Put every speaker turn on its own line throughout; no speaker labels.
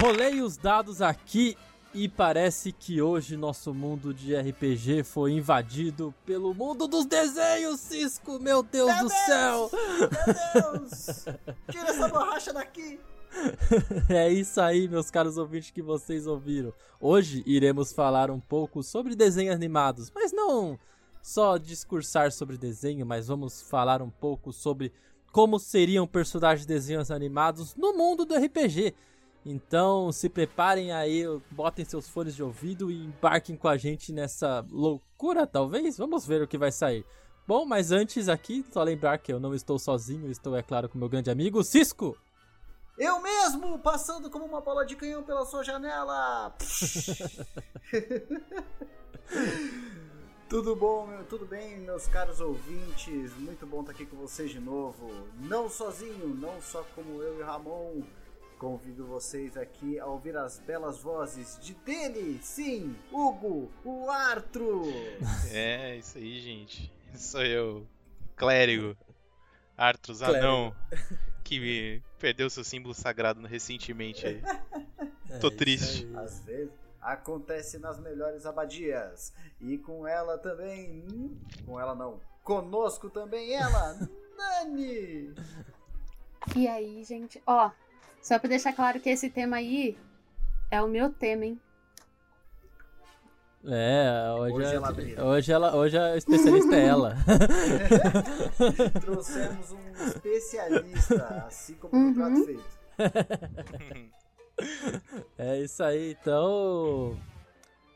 Rolei os dados aqui e parece que hoje nosso mundo de RPG foi invadido pelo mundo dos desenhos, Cisco! Meu Deus
Meu
do
Deus!
céu!
Meu Deus! Tira essa borracha daqui!
É isso aí, meus caros ouvintes que vocês ouviram. Hoje iremos falar um pouco sobre desenhos animados, mas não só discursar sobre desenho, mas vamos falar um pouco sobre como seriam personagens de desenhos animados no mundo do RPG. Então, se preparem aí, botem seus fones de ouvido e embarquem com a gente nessa loucura, talvez. Vamos ver o que vai sair. Bom, mas antes aqui, só lembrar que eu não estou sozinho, estou, é claro, com meu grande amigo Cisco.
Eu mesmo passando como uma bola de canhão pela sua janela! tudo bom, meu- tudo bem, meus caros ouvintes? Muito bom estar aqui com vocês de novo. Não sozinho, não só como eu e Ramon. Convido vocês aqui a ouvir as belas vozes de dele, sim, Hugo, o Artro.
É, isso aí, gente. Sou eu, clérigo. Artros
Clérigo.
Anão, que perdeu seu símbolo sagrado recentemente aí. Tô
É isso
triste.
aí.
Às vezes acontece nas melhores abadias. E com ela também. hum, Com ela não. Conosco também ela, Nani!
E aí, gente? Ó, só pra deixar claro que esse tema aí é o meu tema, hein?
É, hoje,
Hoje
é-
ela brilha.
hoje ela hoje a especialista é ela.
Trouxemos um especialista, assim como o
Uhum.
prato feito.
É isso aí, então.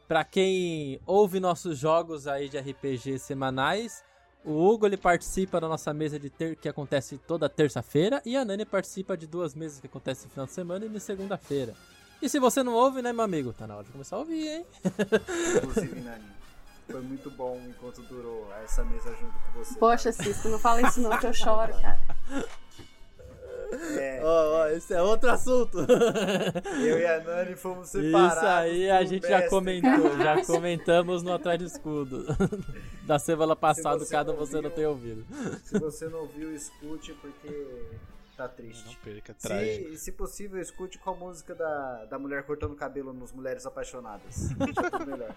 Pra quem ouve nossos jogos aí de RPG semanais, o Hugo ele participa da nossa mesa de ter que acontece toda terça-feira e a Nani participa de duas mesas que acontecem no final de semana e na segunda-feira. E se você não ouve, né, meu amigo? Tá na hora de começar a ouvir, hein?
Inclusive, Nani. Foi muito bom enquanto durou essa mesa junto com você.
Poxa, Cisco, não fala isso não, que eu choro, cara.
É,
Ó, ó, esse é outro assunto.
eu e a Nani fomos separados.
Isso aí a
pelo
gente já
mestre.
comentou, já comentamos no Atrás do Escudo. da semana passada,
você
cada
não
você não
ouviu,
tem ouvido.
Se você não ouviu, escute, porque tá triste.
Não perca, traz.
Se, se possível, escute com a música da, da mulher cortando cabelo nos Mulheres Apaixonadas. Deixa tudo melhor.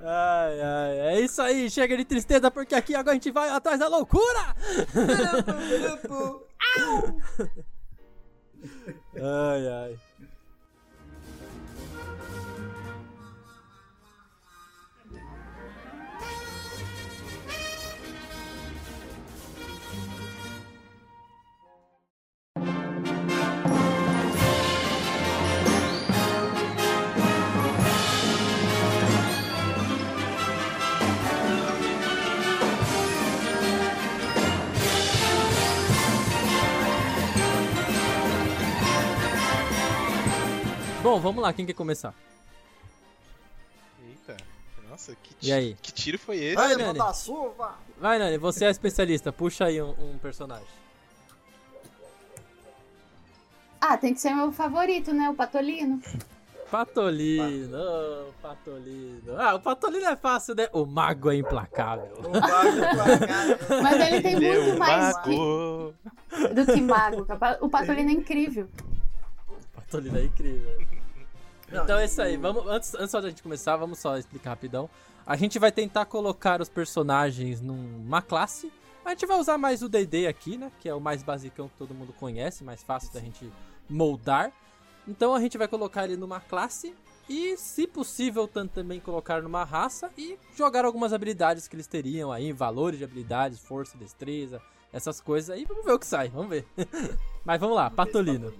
Ai, ai, é isso aí, chega de tristeza, porque aqui agora a gente vai atrás da loucura! Ai, ai. Bom, vamos lá, quem quer começar?
Eita, nossa, que,
E
ti-
aí?
que tiro foi esse?
Ai,
Nani.
manda a chuva!
Vai, Nani, você é especialista, puxa aí um, um personagem.
Ah, tem que ser meu favorito, né? O Patolino.
Patolino, ô, Patolino. Ah, o Patolino é fácil, né? O mago é implacável.
Um vago pra cá.
Mas ele tem
Ele é
muito
um
mais
mago.
que- do que mago. cara. O Patolino é incrível.
O Patolino é incrível.
Não,
Então é
e
isso aí.
o-
Vamos, antes, antes só da gente começar, vamos só explicar rapidão. A gente vai tentar colocar os personagens numa classe. A gente vai usar mais o DD aqui, né? Que é o mais basicão que todo mundo conhece, mais fácil da gente moldar. Então a gente vai colocar ele numa classe e, se possível, tam- também colocar numa raça e jogar algumas habilidades que eles teriam aí, valores de habilidades, força, destreza, essas coisas aí. Vamos ver o que sai, vamos ver. Mas vamos lá, Patolino.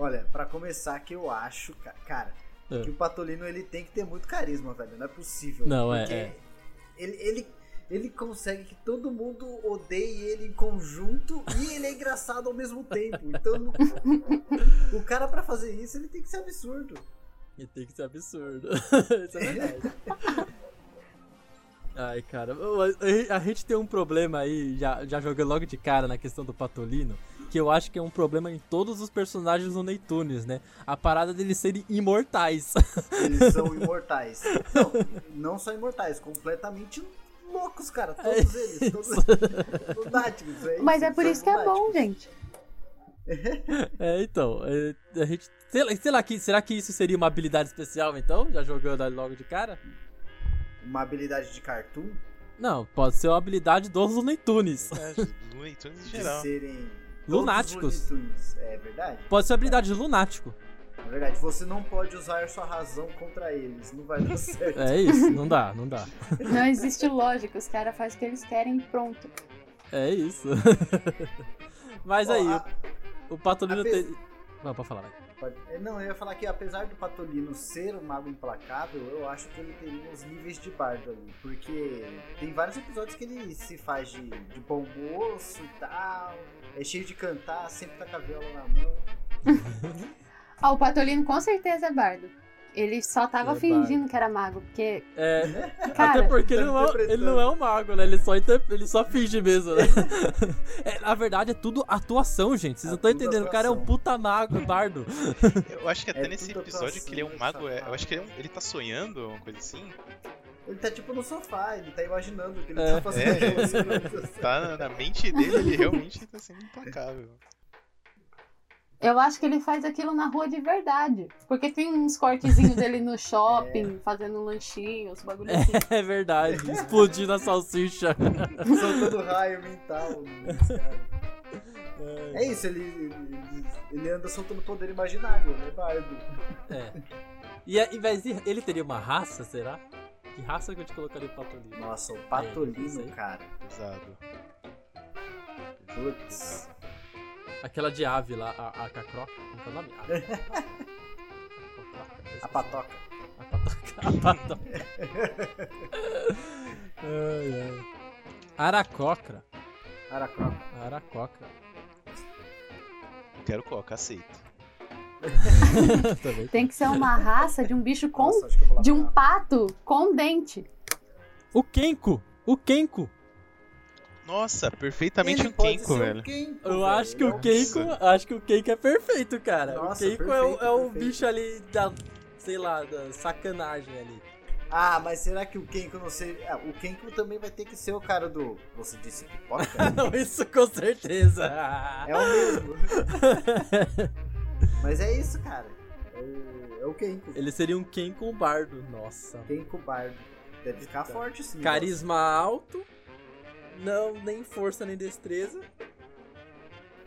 Olha, pra começar, que eu acho, ca- cara,
É.
que o Patolino ele tem que ter muito carisma, velho. Não é possível.
Não, é,
Porque
é.
Ele, ele, ele consegue que todo mundo odeie ele em conjunto e ele é engraçado ao mesmo tempo. Então, no- o cara pra fazer isso, ele tem que ser absurdo.
E tem que ser absurdo. Isso é verdade. Ai, cara, ô, a- a gente tem um problema aí, já, já joguei logo de cara na questão do Patolino, que eu acho que é um problema em todos os personagens do Neitunes, né? A parada deles serem imortais.
Eles são imortais. Não, não só imortais, completamente loucos, cara. Todos eles. Todos lunáticos, é
Mas
isso,
é por
são
isso que é bom,
lunáticos.
gente.
É, então, é, a gente. Sei lá, sei lá que, será que isso seria uma habilidade especial, então? Já jogando ali logo de cara?
Uma habilidade de cartoon?
Não, pode ser uma habilidade dos Looney Tunes.
É, Looney Tunes em
De
geral.
serem. todos
Lunáticos.
Looney Tunes. É verdade?
Pode ser uma habilidade de lunático.
Na verdade, você não pode usar sua razão contra eles. Não vai dar certo.
É isso, não dá, não dá.
Não existe lógica, os caras fazem o que eles querem e pronto.
É isso. Mas
Ó,
aí,
a-
o Patolino
ape-
tem. Não, pode falar. vai.
Pode- é, Não, eu ia falar que apesar do Patolino ser um mago implacável, eu acho que ele teria uns níveis de bardo ali. Porque tem vários episódios que ele se faz de, de bom moço e tal. É cheio de cantar, sempre tá com a viola na mão.
Ah, o Patolino com certeza é bardo. Ele só tava
É
fingindo que era mago, porque,
É,
cara,
Até porque
tá
ele não, é,
interpretando.
ele não é um mago, né? Ele só, inter- ele só finge mesmo, né? É, na verdade, é tudo atuação, gente. Vocês
É
não estão
tudo
entendendo. O cara é um
atuação.
puta mago, bardo.
Eu acho que até
É
nesse
tudo
episódio que ele é um
atuação,
mago, é- eu
safado.
acho que ele, é um- ele tá sonhando, uma coisa assim.
Ele tá tipo no sofá, ele tá imaginando que ele
É.
tá fazendo assim,
É.
as coisas.
Tá na, na mente dele, ele realmente tá sendo implacável.
eu acho que ele faz aquilo na rua de verdade. Porque tem uns cortezinhos dele no shopping, fazendo um lanchinho, os bagulhos assim.
É verdade. Explodindo a salsicha.
soltando raio mental. nos caras. É isso, ele, ele, ele anda soltando poder imaginário, né, bardo?
É. E ao invés de- ele teria uma raça, será? Que raça que eu te colocaria pra Patolino?
Nossa, o
É, isso
Patolino,
aí.
cara.
Pesado.
Putz.
Aquela de ave lá, a, a cacroca. Como que é o nome? A,
A patoca.
A patoca. A patoca. ai, ai. Aracocra.
Aracroca.
Aracocra.
Quero coca, aceito.
Também.
Tem que ser uma raça de um bicho com.
Nossa, tá acho que eu vou lá
de um
pra-
pato com dente.
O Kenko! O Kenko!
Nossa, perfeitamente
Ele
um
pode
Kenko,
ser um
velho.
Kenko,
Eu
velho.
acho que
Ele é
o
um-
Kenko. Acho que o Kenko é perfeito, cara.
Nossa,
o Kenko é, o,
perfeito,
é o
perfeito.
bicho ali da. sei lá, da sacanagem ali.
Ah, mas será que o Kenko não sei. Ah, o Kenko também vai ter que ser o cara do. Você disse pipoca?
Não, isso com certeza!
é o mesmo. mas é isso, cara. É o, é o Kenko.
Ele seria um Kenko bardo, nossa.
Kenko Bardo. Deve ficar forte sim.
Carisma alto. Não, nem força, nem destreza.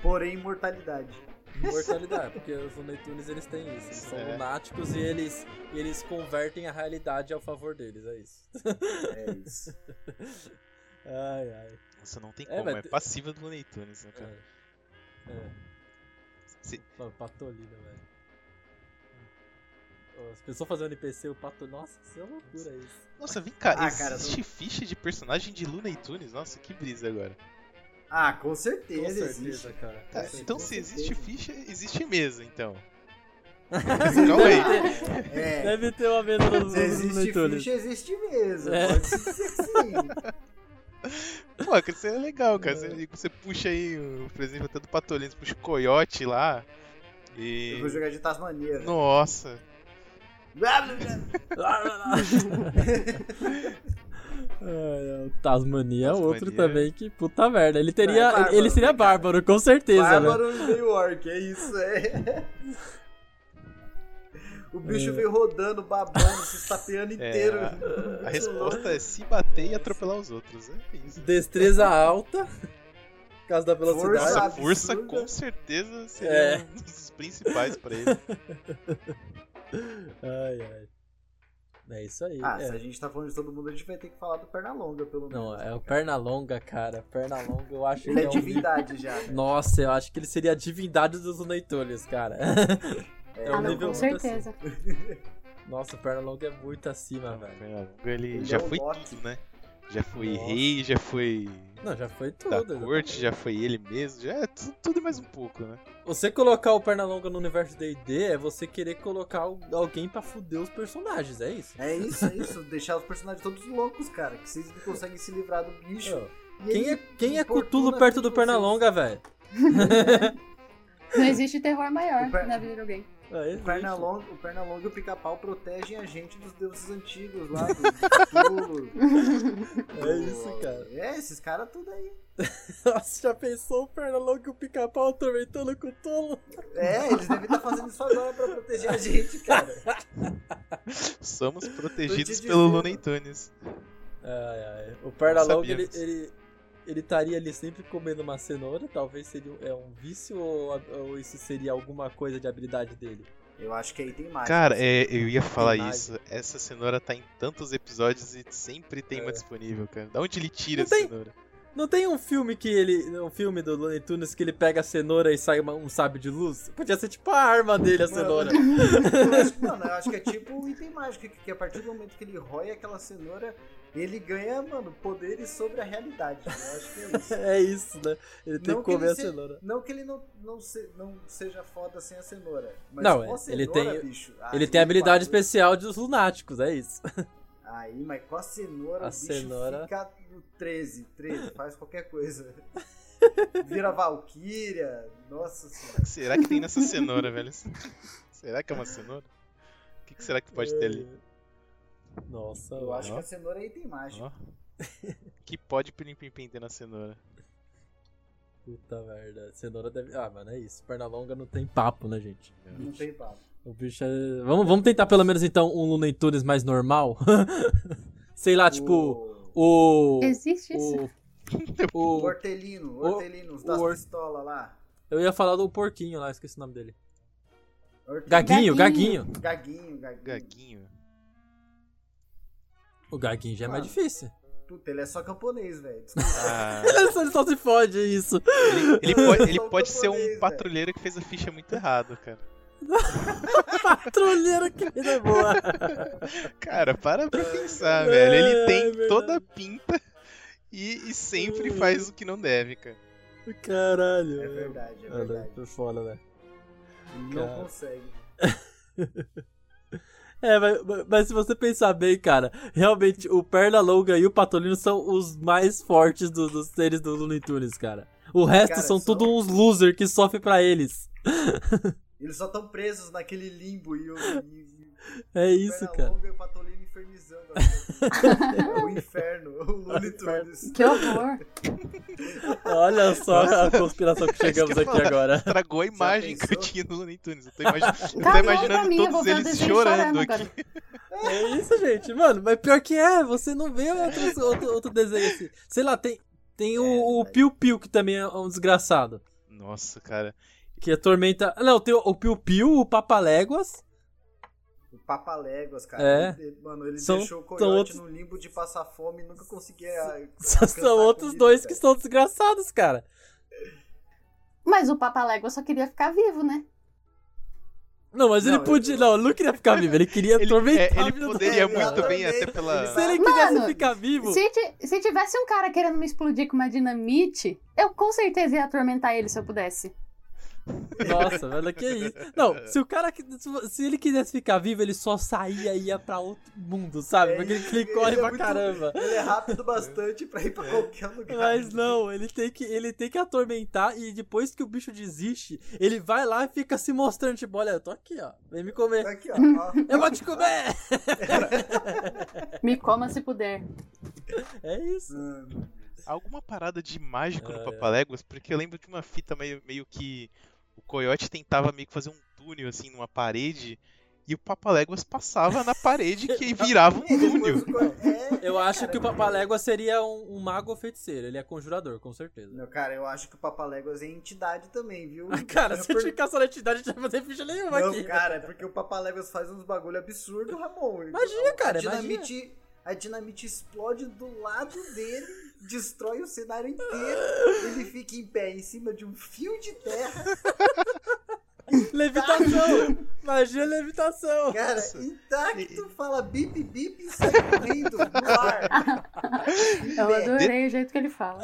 Porém, imortalidade.
Imortalidade, porque os Looney Tunes eles têm isso. Eles são
É.
lunáticos e eles, e eles convertem a realidade ao favor deles, é isso.
É isso.
Ai, ai.
Nossa, não tem
É,
como,
vai
é
ter-
passiva do Looney Tunes, né, cara?
É. É.
Se-
Pô, Patolina, velho. Pô, As pessoas fazendo NPC, o pato. Nossa, isso é uma loucura isso.
Nossa, vem cá,
Ah, cara,
existe ficha de personagem de Looney Tunes? Nossa, que brisa agora.
Ah, com certeza.
Com
existe. É,
certeza, cara. Com
Tá,
certeza.
então se existe ficha, existe mesa, então.
Deve
Calma aí.
Ah, É.
Deve ter uma venda dos
Se existe
leitores.
ficha, existe mesmo.
É.
Pode ser sim.
Pô, cara, isso é legal, cara. Você, você puxa aí, o- por exemplo, até do Patolino, você puxa o Coyote lá. E.
Eu vou jogar de Tasmania. né?
Nossa.
Ah, É, o Tasmania é outro
Tasmania.
também que puta merda. Ele teria.
É bárbaro,
ele seria
né, cara?
bárbaro, com certeza, né?
Bárbaro e meio orc, é isso, é. O bicho
É.
veio rodando, babando, se estapeando inteiro.
É, A resposta é se bater e atropelar os outros. É isso.
Destreza alta. Por causa da velocidade.
Nossa,
absurda.
força com certeza seria
É.
um dos principais pra ele.
Ai, ai. É isso aí.
Ah,
é.
se a gente tá falando de todo mundo, a gente vai ter que falar do Pernalonga, pelo menos.
Não, é o Pernalonga, cara. Pernalonga, eu acho que
Ele é
é um
divindade já. né?
Nossa, eu acho que ele seria a divindade dos Unaitolis, cara. É,
um
Ah, não,
nível
com
muito
certeza.
acima. Nossa, o Pernalonga é muito
Tá
acima, velho.
Pernalonga, ele
Ele
já
é um
foi
Loki.
tudo, né? Já foi
Nossa.
rei, já foi
Não, já foi tudo.
da
exatamente.
corte, já foi ele mesmo, já é tu- tudo e mais um pouco, né?
Você colocar o Pernalonga no universo D&D é você querer colocar al- alguém pra fuder os personagens, é isso?
É isso, é isso. Deixar os personagens todos loucos, cara. Que vocês não conseguem se livrar do bicho.
Ô,
E
Quem é,
ele
quem é
importuna
Cthulhu perto
tudo
do Pernalonga, velho?
vocês.
Não existe terror maior
O per-
na vida de alguém.
Ah,
O
existe.
Pernalonga, o Pernalonga e o Pica-Pau protegem a gente dos deuses antigos lá, do, do Cthulhu,
É isso,
do-
cara.
É, esses caras tudo aí.
Nossa, já pensou o Pernalonga e o pica-pau atormentando o Cthulhu?
É, eles devem estar fazendo isso agora pra proteger a gente, cara.
Somos protegidos
te
pelo
dizendo.
Looney Tunes.
Ai, ai. O Pernalonga, ele,
Sabíamos.
ele, ele estaria ali sempre comendo uma cenoura, talvez seria um- é um vício ou, ou isso seria alguma coisa de habilidade dele?
Eu acho que aí tem
Ah,
mais.
Cara, é, eu ia falar
Imagem.
isso. Essa cenoura tá em tantos episódios e sempre tem
É.
uma disponível, cara. Da onde ele tira
Não
a
tem-
cenoura?
Não tem um filme que ele. Um filme do Looney Tunes que ele pega a cenoura e sai uma- um sábio de luz? Podia ser tipo a arma dele, a
Mano.
cenoura.
Mas, mano, eu acho que é tipo um item mágico, que, que a partir do momento que ele rói aquela cenoura, ele ganha, mano, poderes sobre a realidade. Eu acho que é isso.
É isso, né? Ele tem
Não
que
que
comer
ele
a
seja-
cenoura.
Não que ele não, não, se- não seja foda sem a cenoura. Mas
Não,
com a
ele
cenoura,
tem-
bicho,
Ele
aí
tem a
o
habilidade
bagulho-
especial dos lunáticos, é isso.
Aí, mas com a cenoura,
A
o bicho
cenoura.
fica no 13, 13, faz qualquer coisa. Vira Valkyria, nossa senhora.
Será que tem nessa cenoura, velho? Será que é uma cenoura? O que, que será
É,
que pode ter ali?
Nossa,
Eu acho
ó.
que a cenoura é item mágico.
Ó. que pode pilim pim pim ter na cenoura?
Puta merda. Cenoura deve. Ah, mano, é isso. Pernalonga não tem papo, né, gente?
Não tem papo.
O bicho é. Vamos, vamos tentar pelo menos então um Looney Tunes mais normal? Sei lá, tipo. O.
Existe isso?
O.
O
o-
Hortelino, o Hortelino, os das
o Hor-
pistolas lá.
Eu ia falar do porquinho lá, esqueci o nome dele.
Hortelino.
Gaguinho,
Gaguinho.
Gaguinho.
Gaguinho, Gaguinho.
Gaguinho.
O Gaguinho já é mais
Mano.
difícil.
Puta, ele é só camponês, velho.
Ah,
Ele só se fode, é isso.
ele, ele pode, ele
Só o
pode ser
camponês,
um
velho.
patrulheiro que fez a ficha muito errado, cara.
Patrulheiro que ele é boa.
Cara, para pra pensar,
É,
velho. Ele
é
tem
verdade.
toda a pinta e, e sempre
Hum.
faz o que não deve, cara.
Caralho.
É
meu.
verdade, é
Ah, não,
verdade.
tô foda, né?
Não
cara.
consegue.
É, mas, mas- mas se você pensar bem, cara, realmente o Pernalonga e o Patolino são os mais fortes do- dos seres do Looney Tunes, cara. O resto
Cara,
são
são-
tudo uns loser que sofre pra eles.
Eles só estão presos naquele limbo e o. e- e-
É isso, cara.
Pernalonga e o Patolino infernizando. a- é o inferno, o
É
Looney Tunes.
Que horror.
Olha só
Nossa.
a conspiração que
Isso que
chegamos
eu ia
aqui
falar.
agora.
Estragou a imagem que eu
pensou?
tinha do Looney Tunes. Eu tô, imagi- eu tô
Cagou um pra
imaginando
mim, eu vou
todos
ver o
eles
desenho
chorando
chorando,
aqui.
agora.
É isso, gente. Mano, mas pior que é, você não vê outros- outro, outro desenho assim. Sei lá, tem, tem
É,
o, o
mas-
Piu Piu, que também é um desgraçado.
Nossa, cara.
Que atormenta. Não, tem o, o Piu Piu, o Papaléguas.
O Papaléguas, cara.
É.
Ele- ele- mano, ele
São-
deixou o Coyote
são outros-
no limbo de passar fome e nunca conseguia. alcançar
São outros
comida,
dois que
cara.
são desgraçados, cara.
Mas o Papalégua só queria ficar vivo, né?
Não, mas ele
Não,
podia.
eu-
Não, ele não queria ficar vivo, ele queria
Ele,
atormentar
é,
a
ele
vida do
poderia
cara.
muito bem, até pela.
Se ele
Mano,
quisesse ficar vivo.
Se, ti- se tivesse um cara querendo me explodir com uma dinamite, eu com certeza ia atormentar ele se eu pudesse.
Nossa, velho, que isso. Não, se o cara. que- se- Se ele quisesse ficar vivo, ele só saía e ia pra outro mundo, sabe?
É
Porque ele
isso,
clicou ali
ele
pra
é muito-
caramba.
Ele é rápido bastante pra ir pra qualquer lugar.
É. Mas não, ele tem, que, ele tem que atormentar e depois que o bicho desiste, ele vai lá e fica se mostrando, tipo, olha, eu tô aqui, ó. Vem me comer.
Tá Aqui, ó. ó.
Eu vou te comer!
Me coma se puder.
É isso.
Mano,
Alguma parada de mágico
Ah, é.
no Papaléguas, porque eu lembro de uma fita meio, meio que o Coyote tentava meio que fazer um túnel assim numa parede e o Papaléguas passava na parede que virava um
depois
túnel.
o Coyote- é,
Eu acho
cara,
que o Papalégua seria um, um mago ou feiticeiro. Ele é conjurador, com certeza.
Não, cara, eu acho que o Papaléguas é entidade também, viu?
Ah, Cara, se
eu
eu
per-
ficar só na entidade, a gente não vai fazer ficha nenhuma
É Não,
aqui.
cara, é porque o Papaléguas faz uns bagulho absurdo, Ramon. Então,
Imagina, cara,
a é dinamite, a dinamite explode do lado dele, destrói o cenário inteiro. Ele fica em pé em cima de um fio de terra.
Levitação! Magia levitação!
Cara,
Nossa.
intacto, fala bip bip e sai correndo no ar.
É um
É
Eu adorei o jeito que ele fala.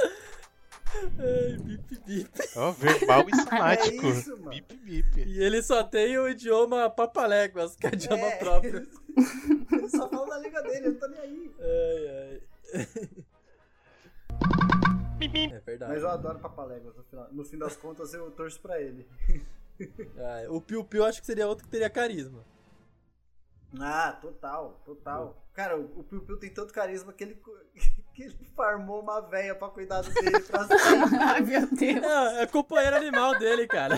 Ai, bip, bip.
Ó, É um verbal e somático.
É isso, mano.
Bip bip.
E ele só tem o idioma papaléguas, que é o idioma
É.
próprio.
Ele só fala da liga dele, eu não tô nem aí.
Ai, ai. É verdade. É
Mas eu adoro Papaléguas no final. No fim das contas, eu torço pra ele.
É, o Piu Piu acho que seria outro que teria carisma.
Ah, total, total. Cara, o, o Piu Piu tem tanto carisma que ele, cu- que ele farmou uma véia pra cuidar dele pra sempre.
Ai, meu Deus.
É, é companheiro animal dele, cara.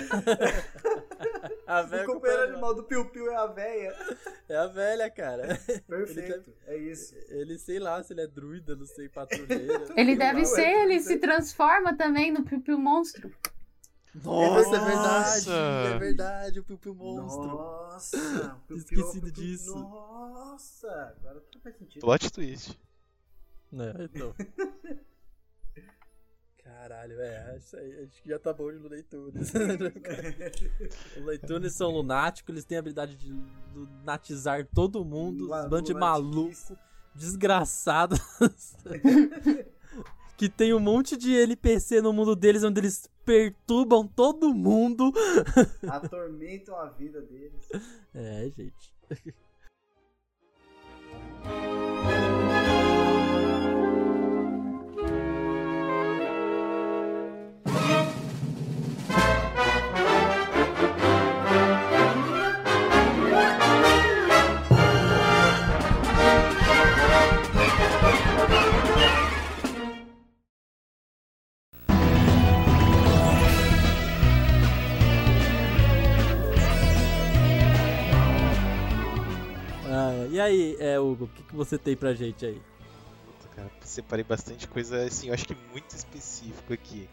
A velha
O companheiro animal do Piu Piu é a véia.
É a velha, cara.
Perfeito, é isso.
Ele, sei lá, se ele é druida, não sei, patrulheiro.
Ele
Piu
deve
Piu,
ser,
é,
ele
deve
se
ser.
transforma também no Piu Piu Monstro.
Nossa, é verdade.
Nossa.
É verdade, o Piu Piu Monstro.
Nossa, o Piu Piu é o
Esquecido
Piu Piu.
disso.
Nossa, agora tudo faz sentido.
Plot twist.
É, então. Caralho, é, isso aí, acho que já tá bom de leituras. Os leitunes são lunáticos, eles têm a habilidade de lunatizar todo mundo,
Lua-
bando de
lunatice.
maluco, desgraçado. que tem um monte de NPC no mundo deles, onde eles perturbam todo mundo.
Atormentam a vida deles.
É, gente. Ah, e aí, é, Hugo, o que, que você tem pra gente aí?
Puta, cara, separei bastante coisa, assim, eu acho que muito específico aqui.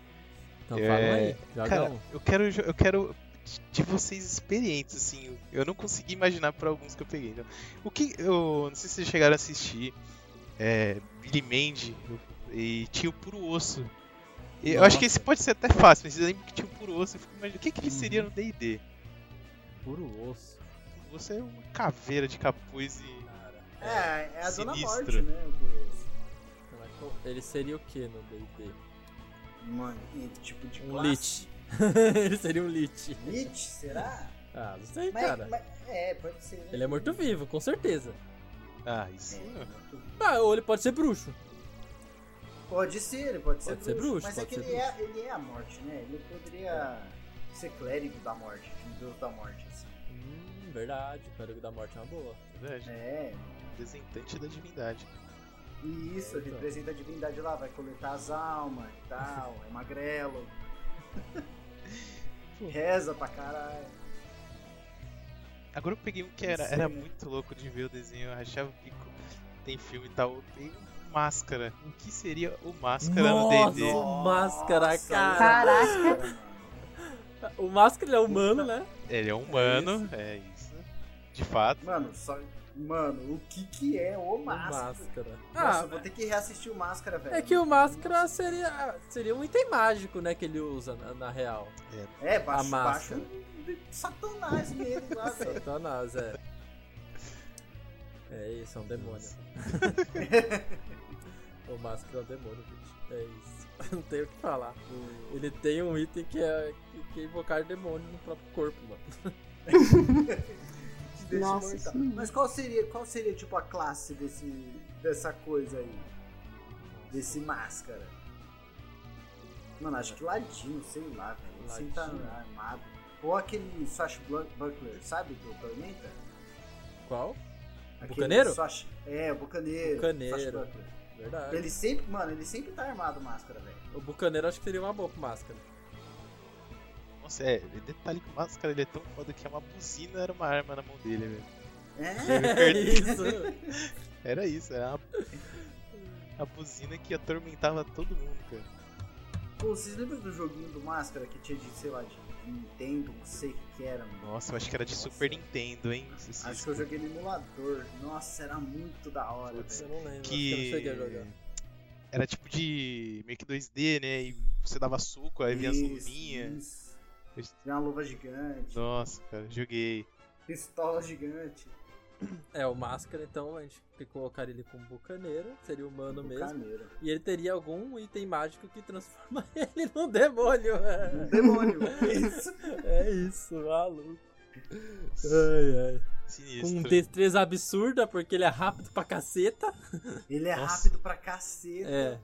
Então
É,
fala aí, joga
Cara,
um.
eu quero, jo- eu quero de- de vocês experientes, assim. eu- Eu não consegui imaginar para alguns que eu peguei. Então, o que eu não sei se vocês chegaram a assistir, é, Billy Mandy eu- e tinha o puro osso. E Eu acho que esse
Nossa.
pode ser até fácil, mas eu lembro que tinha o puro osso. Eu fico imaginando o que, que ele seria
Uhum.
no D&D.
Puro osso.
Puro osso é uma caveira de capuz e
É, é a Dona
Sinistro.
Morte, né? o Piu Piu.
Mas qual- Ele seria o que no D&D?
Mano, e tipo de
Um
classe.
lich. ele seria um lich.
Lich, será?
Ah, não sei,
Mas,
cara.
mas- é, pode ser. né?
Ele é morto-vivo, com certeza.
ah,
É,
isso.
morto-vivo.
Ah, ou ele pode ser bruxo.
Pode ser, ele pode ser
Pode ser bruxo,
Mas
pode
é que
ser
ele, É, ele é a morte, né? Ele poderia ser clérigo da morte, um deus da morte, assim.
Hum, verdade. O clérigo da morte é uma boa.
Verdade,
É,
representante da divindade.
e isso,
Então.
representa a divindade lá, vai coletar as almas e tal, é magrelo. Reza pra caralho.
Agora eu peguei um que era,
Isso
era
aí, né?
muito louco de ver o desenho, eu rachava o bico. Tem filme e tal, tem um máscara. O que seria o máscara no
Nossa!
D&D?
O Máscara,
Nossa,
cara.
Máscara, mano.
O Máscara ele é humano, né?
Ele é humano, é isso. De fato.
Mano, só. Mano, o que que é o
O
Máscara?
Máscara.
Nossa,
Ah,
eu vou ter que reassistir o Máscara, velho.
é que o Máscara seria, seria um item mágico, né? Que ele usa na, na real.
É, baixo,
a máscara.
baixo um satanás mesmo lá, velho.
Satanás, é. É isso, é um demônio. O Máscara é um demônio, gente. É isso. Não tenho o que falar. Ele tem um item que é, que- que é invocar demônio no próprio corpo, mano.
Te deixa
Nossa
imortal.
Senhora.
Mas qual seria, qual seria tipo a classe desse, dessa coisa aí? Desse máscara? Mano, acho que ladino, sei lá, velho. Ele sempre tá
Ladino.
armado. Ou aquele Swash Blan- Buckler, sabe? Do Tormenta?
Qual?
Aquele
Bucaneiro?
Swash- É, o Bucaneiro.
Bucaneiro.
Swash Buckler.
Verdade.
Ele sempre, mano, ele sempre tá armado máscara, velho.
O Bucaneiro acho que seria uma boa pro né? Máscara.
Nossa, é, detalhe que o máscara ele é tão foda que uma buzina era uma arma na mão dele, velho.
É?
É isso.
Era isso, era uma, a buzina que atormentava todo mundo, cara.
Pô, vocês lembram do joguinho do Máscara que tinha de, sei lá, de Nintendo, não sei o que que era, mano?
Nossa, eu acho que era de
Nossa.
Super Nintendo, hein? Esse- esse
Acho que eu joguei no emulador. Nossa, era muito da hora,
Putz,
Eu
velho.
não lembro. acho que eu não
que
cheguei a jogar.
era tipo de meio que 2D, né? E você dava suco, aí vinha as luvinhas.
isso. Tinha uma luva gigante,
Nossa, cara, joguei.
pistola gigante.
É, o Máscara, então, a gente colocaria ele com o Um Bucaneiro. Seria humano mesmo.
Bucaneiro.
E ele teria algum item mágico que transforma ele num demônio.
Um demônio. isso.
É isso, maluco. Ai, ai. É, Com um
Sinistro.
destreza absurda, porque ele é rápido pra caceta.
Ele é
Nossa.
rápido pra caceta.
É.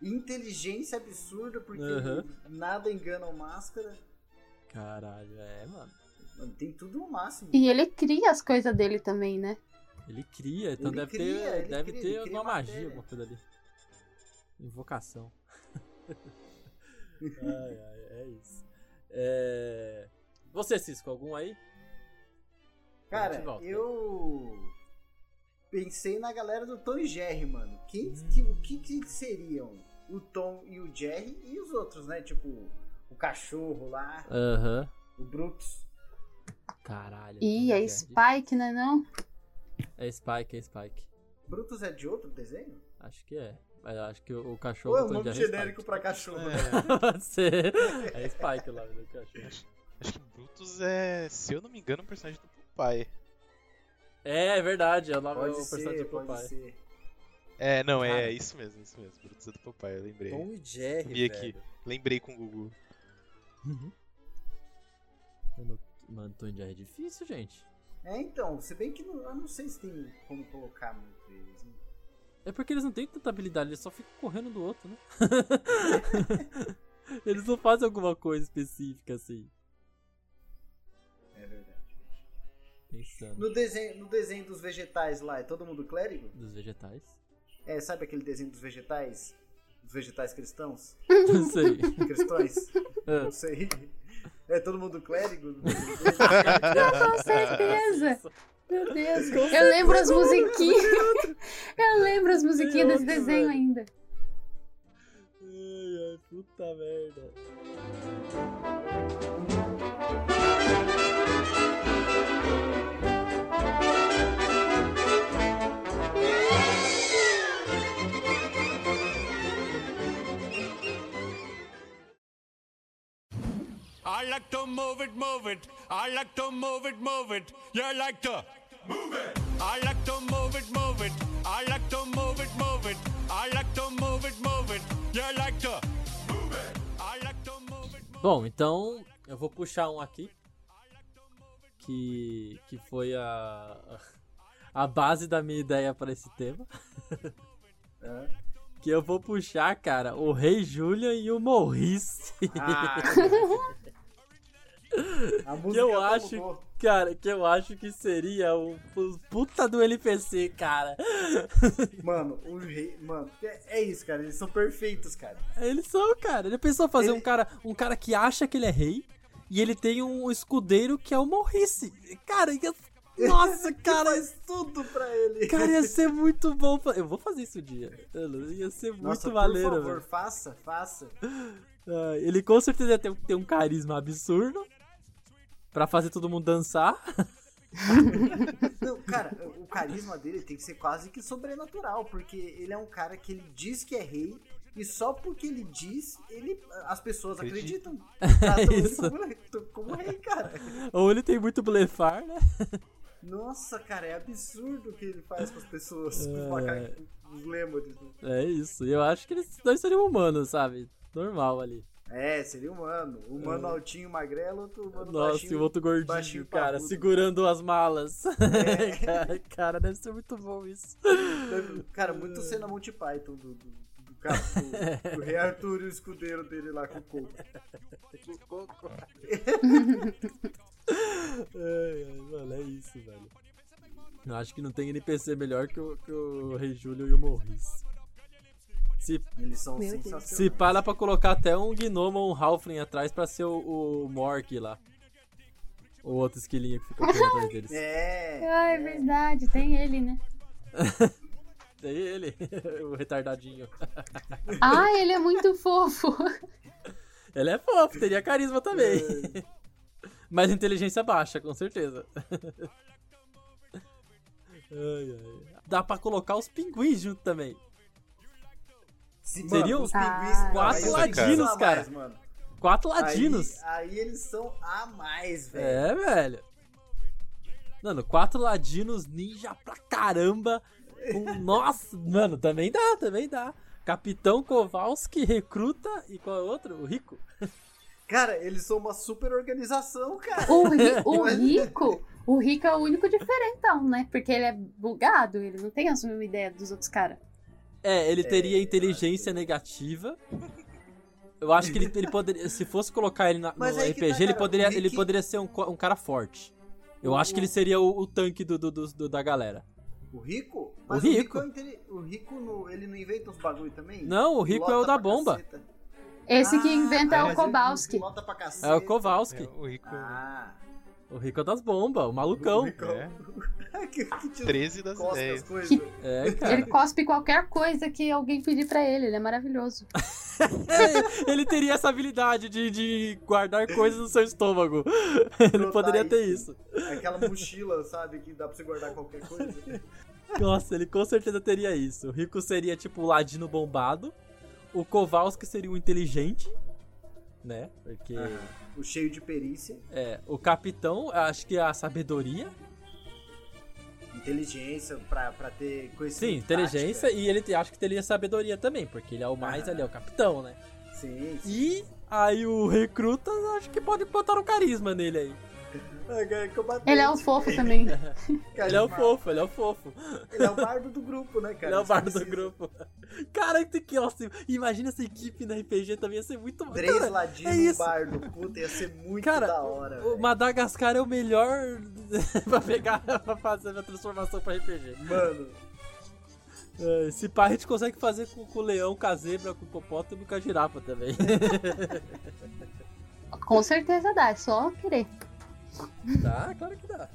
Inteligência absurda, porque
Aham.
nada engana o Máscara.
Caralho, é, mano.
Mano, tem tudo no máximo.
E ele cria as coisas dele também, né?
Ele cria, então
Ele
deve
cria,
ter,
ele
deve ter
cria, ele cria
alguma
matéria.
magia, alguma coisa ali. Invocação. ai, ai, é isso. É... Você, Cisco, algum aí? A
Cara,
gente volta.
eu pensei na galera do Tom e Jerry, mano. Quem,
Hum.
que, o que, que seriam o Tom e o Jerry e os outros, né? Tipo, o cachorro lá,
Aham.
o Brooks.
Caralho.
Ih, é
Tom
Spike, né não?
Jerry. É Spike, é Spike.
Brutus é de outro desenho?
Acho que é. Mas eu acho que o, o
Ou
cachorro
é
do
um
Tom
nome
Jerry é
genérico pra cachorro?
Spike.
É,
Pode ser. É Spike o nome do cachorro.
acho que Brutus é, se eu não me engano, um personagem do Popeye.
É, é verdade, é o nome
Pode
do personagem
ser,
do
pode
Popeye.
ser.
É, não, é,
Cara. Então,
é isso mesmo, isso mesmo. Brutus é do Popeye, eu lembrei.
Tom e Jerry,
Vi
velho.
aqui. Lembrei com o Gugu.
Eu não- Mano, Tom e Jerry é difícil, gente.
É, então, se bem que não- eu não sei se tem como colocar muito eles. né?
É porque eles não têm tanta habilidade, eles só ficam correndo do outro, né? eles não fazem alguma coisa específica, assim.
É verdade.
Pensando.
No desenho, no desenho dos vegetais lá, é todo mundo clérigo?
Dos vegetais.
É, sabe aquele desenho dos vegetais? Dos vegetais cristãos?
Não sei.
Cristões?
É.
Não sei. É todo mundo clérigo?
Com certeza! Meu Deus, eu lembro as musiquinhas. Eu lembro as musiquinhas
Tem
desse
outro,
desenho
velho.
ainda.
Ai, ai, puta merda.
I like to move it, move it. I like to move it, move it. You like to move it. I like to move it, move it. I like to move it, move it. I like to move it, move it. You like to move it. I like to move it. Move
Bom, então eu vou puxar um aqui. Que, que foi a, a base da minha ideia para esse tema.
Hã?
Que eu vou puxar, cara, o Rei Julian e o Maurice.
Ah, a música tá
que eu
como
acho,
for.
cara, que eu acho que seria o pu- puta do NPC, cara.
Mano, o rei. Mano, é, é isso, cara. Eles são perfeitos, cara.
Eles são, cara. Ele pensou fazer
Ele-
um cara, um cara que acha que ele é rei e ele tem um escudeiro que é o Maurice. Cara, ia- nossa, cara,
Faz tudo pra ele.
cara ia ser muito bom. fa- Eu vou fazer isso um dia. Mano, Ia ser muito
Nossa,
maneiro,
Por favor,
velho.
faça, faça.
Ah, ele com certeza tem, tem um carisma absurdo pra fazer todo mundo dançar.
Não, cara, o carisma dele tem que ser quase que sobrenatural, porque ele é um cara que ele diz que é rei e só porque ele diz, ele as pessoas
Acredita.
acreditam. Tratam ele
isso.
como- como rei, cara.
Ou ele tem muito blefar, né?
Nossa, cara, é absurdo o que ele faz com as pessoas, com os,
É.
maca- com os lêmures. né?
É isso. Eu acho que eles dois seriam humanos, sabe? Normal ali.
É, seria humano. Humano altinho, magrelo, outro humano
É. Nossa,
baixinho.
e o outro gordinho,
baixinho
cara,
parrudo.
segurando as malas. cara, cara, deve ser muito bom isso.
Cara, muito
É.
cena Monty Python do, do, do, cara, do, do Rei Arthur e o escudeiro dele lá com o coco.
Ai, ai, mano, é isso, velho. Eu acho que não tem NPC melhor que o, que o Rei Júlio e o Morris. Se,
Eles são
Meu Deus.
sensacionais.
se pá, dá pra colocar até um gnomo ou um halfling atrás pra ser o, o Mork lá. O outro esquilinho que fica correndo atrás deles.
É.
Ah, é verdade, tem ele, né?
Tem É ele, o retardadinho.
Ah, ele é muito fofo.
Ele é fofo, teria carisma também. Mas inteligência baixa, com certeza. Ai, ai. Dá pra colocar os pinguins junto também.
Se-
Seria
mano,
os
pinguins-
não,
quatro
aí os
ladinos,
pinguins são a
cara.
mais, mano.
Quatro
Aí-
ladinos.
Aí, eles são a mais, velho.
É, velho. Mano, quatro ladinos ninja pra caramba. Com... Nossa, mano, também dá, também dá. Capitão Kowalski recruta e qual é o outro? O Rico. É.
Cara, eles são uma super organização, cara.
O, ri- o rico, o rico é o único diferentão, né? Porque ele é bugado, ele não tem as
É,
mesmas ideias dos outros caras.
É, ele teria inteligência negativa. Eu acho que ele, ele poderia. Se fosse colocar ele na- no
Mas aí que
RPG,
tá,
ele,
cara,
poderia,
o
ele
Rick-
poderia ser um, co- um cara forte. Eu acho que ele seria o, o tanque do, do- do- do- da galera.
O Rico?
Rico.
O Rico, é intele- o Rico no- ele não inventa uns bagulho também?
Não, o Rico é
Pilota
o da
pra
bomba.
caceta.
Esse que
Ah,
inventa é
mas
o
ele
Kowalski.
pilota pra caceta.
É o Kowalski.
É, o Rico.
Ah.
O Rico é das bombas, o malucão.
É. que, que te
13 das
cospe as
10.
coisas.
É,
Ele
cara.
cospe qualquer coisa que alguém pedir pra ele, ele é maravilhoso.
É, ele teria essa habilidade de, de guardar coisas no seu estômago. Ele
Brotar
poderia ter
isso.
isso.
Aquela mochila, sabe, que dá pra você guardar qualquer coisa.
Nossa, ele com certeza teria isso. O Rico seria tipo o ladino bombado. O Kowalski seria o inteligente. Né? Porque.
Ah. O cheio de perícia,
É, o capitão, acho que é a sabedoria.
inteligência pra, pra ter conhecimento.
Sim, inteligência e ele te- acho que teria sabedoria também, porque ele é o mais
Ah.
ali, é o capitão, né?
tática. Sim. sim.
E aí o recruta, acho que pode botar um carisma nele aí.
Ah, cara, que eu bati.
Ele é o fofo também.
Cara,
Ele é o
ma-
fofo, ele é o fofo.
Ele é o bardo do grupo, né, cara?
ele é o bardo do
Precisa.
grupo. Cara, que que nossa, imagina essa equipe na RPG também, ia ser muito bom.
Três
Cara,
ladinos
é
no
isso.
bardo. Puta, ia ser muito
Cara,
da hora.
o
velho.
Madagascar é o melhor pra pegar, pra fazer a transformação pra RPG.
Mano,
É, Esse pá, a gente consegue fazer com, com o leão, com a zebra, com o hipopótamo e com a girafa também.
Com certeza dá, é só querer.
Dá, Tá, claro que dá.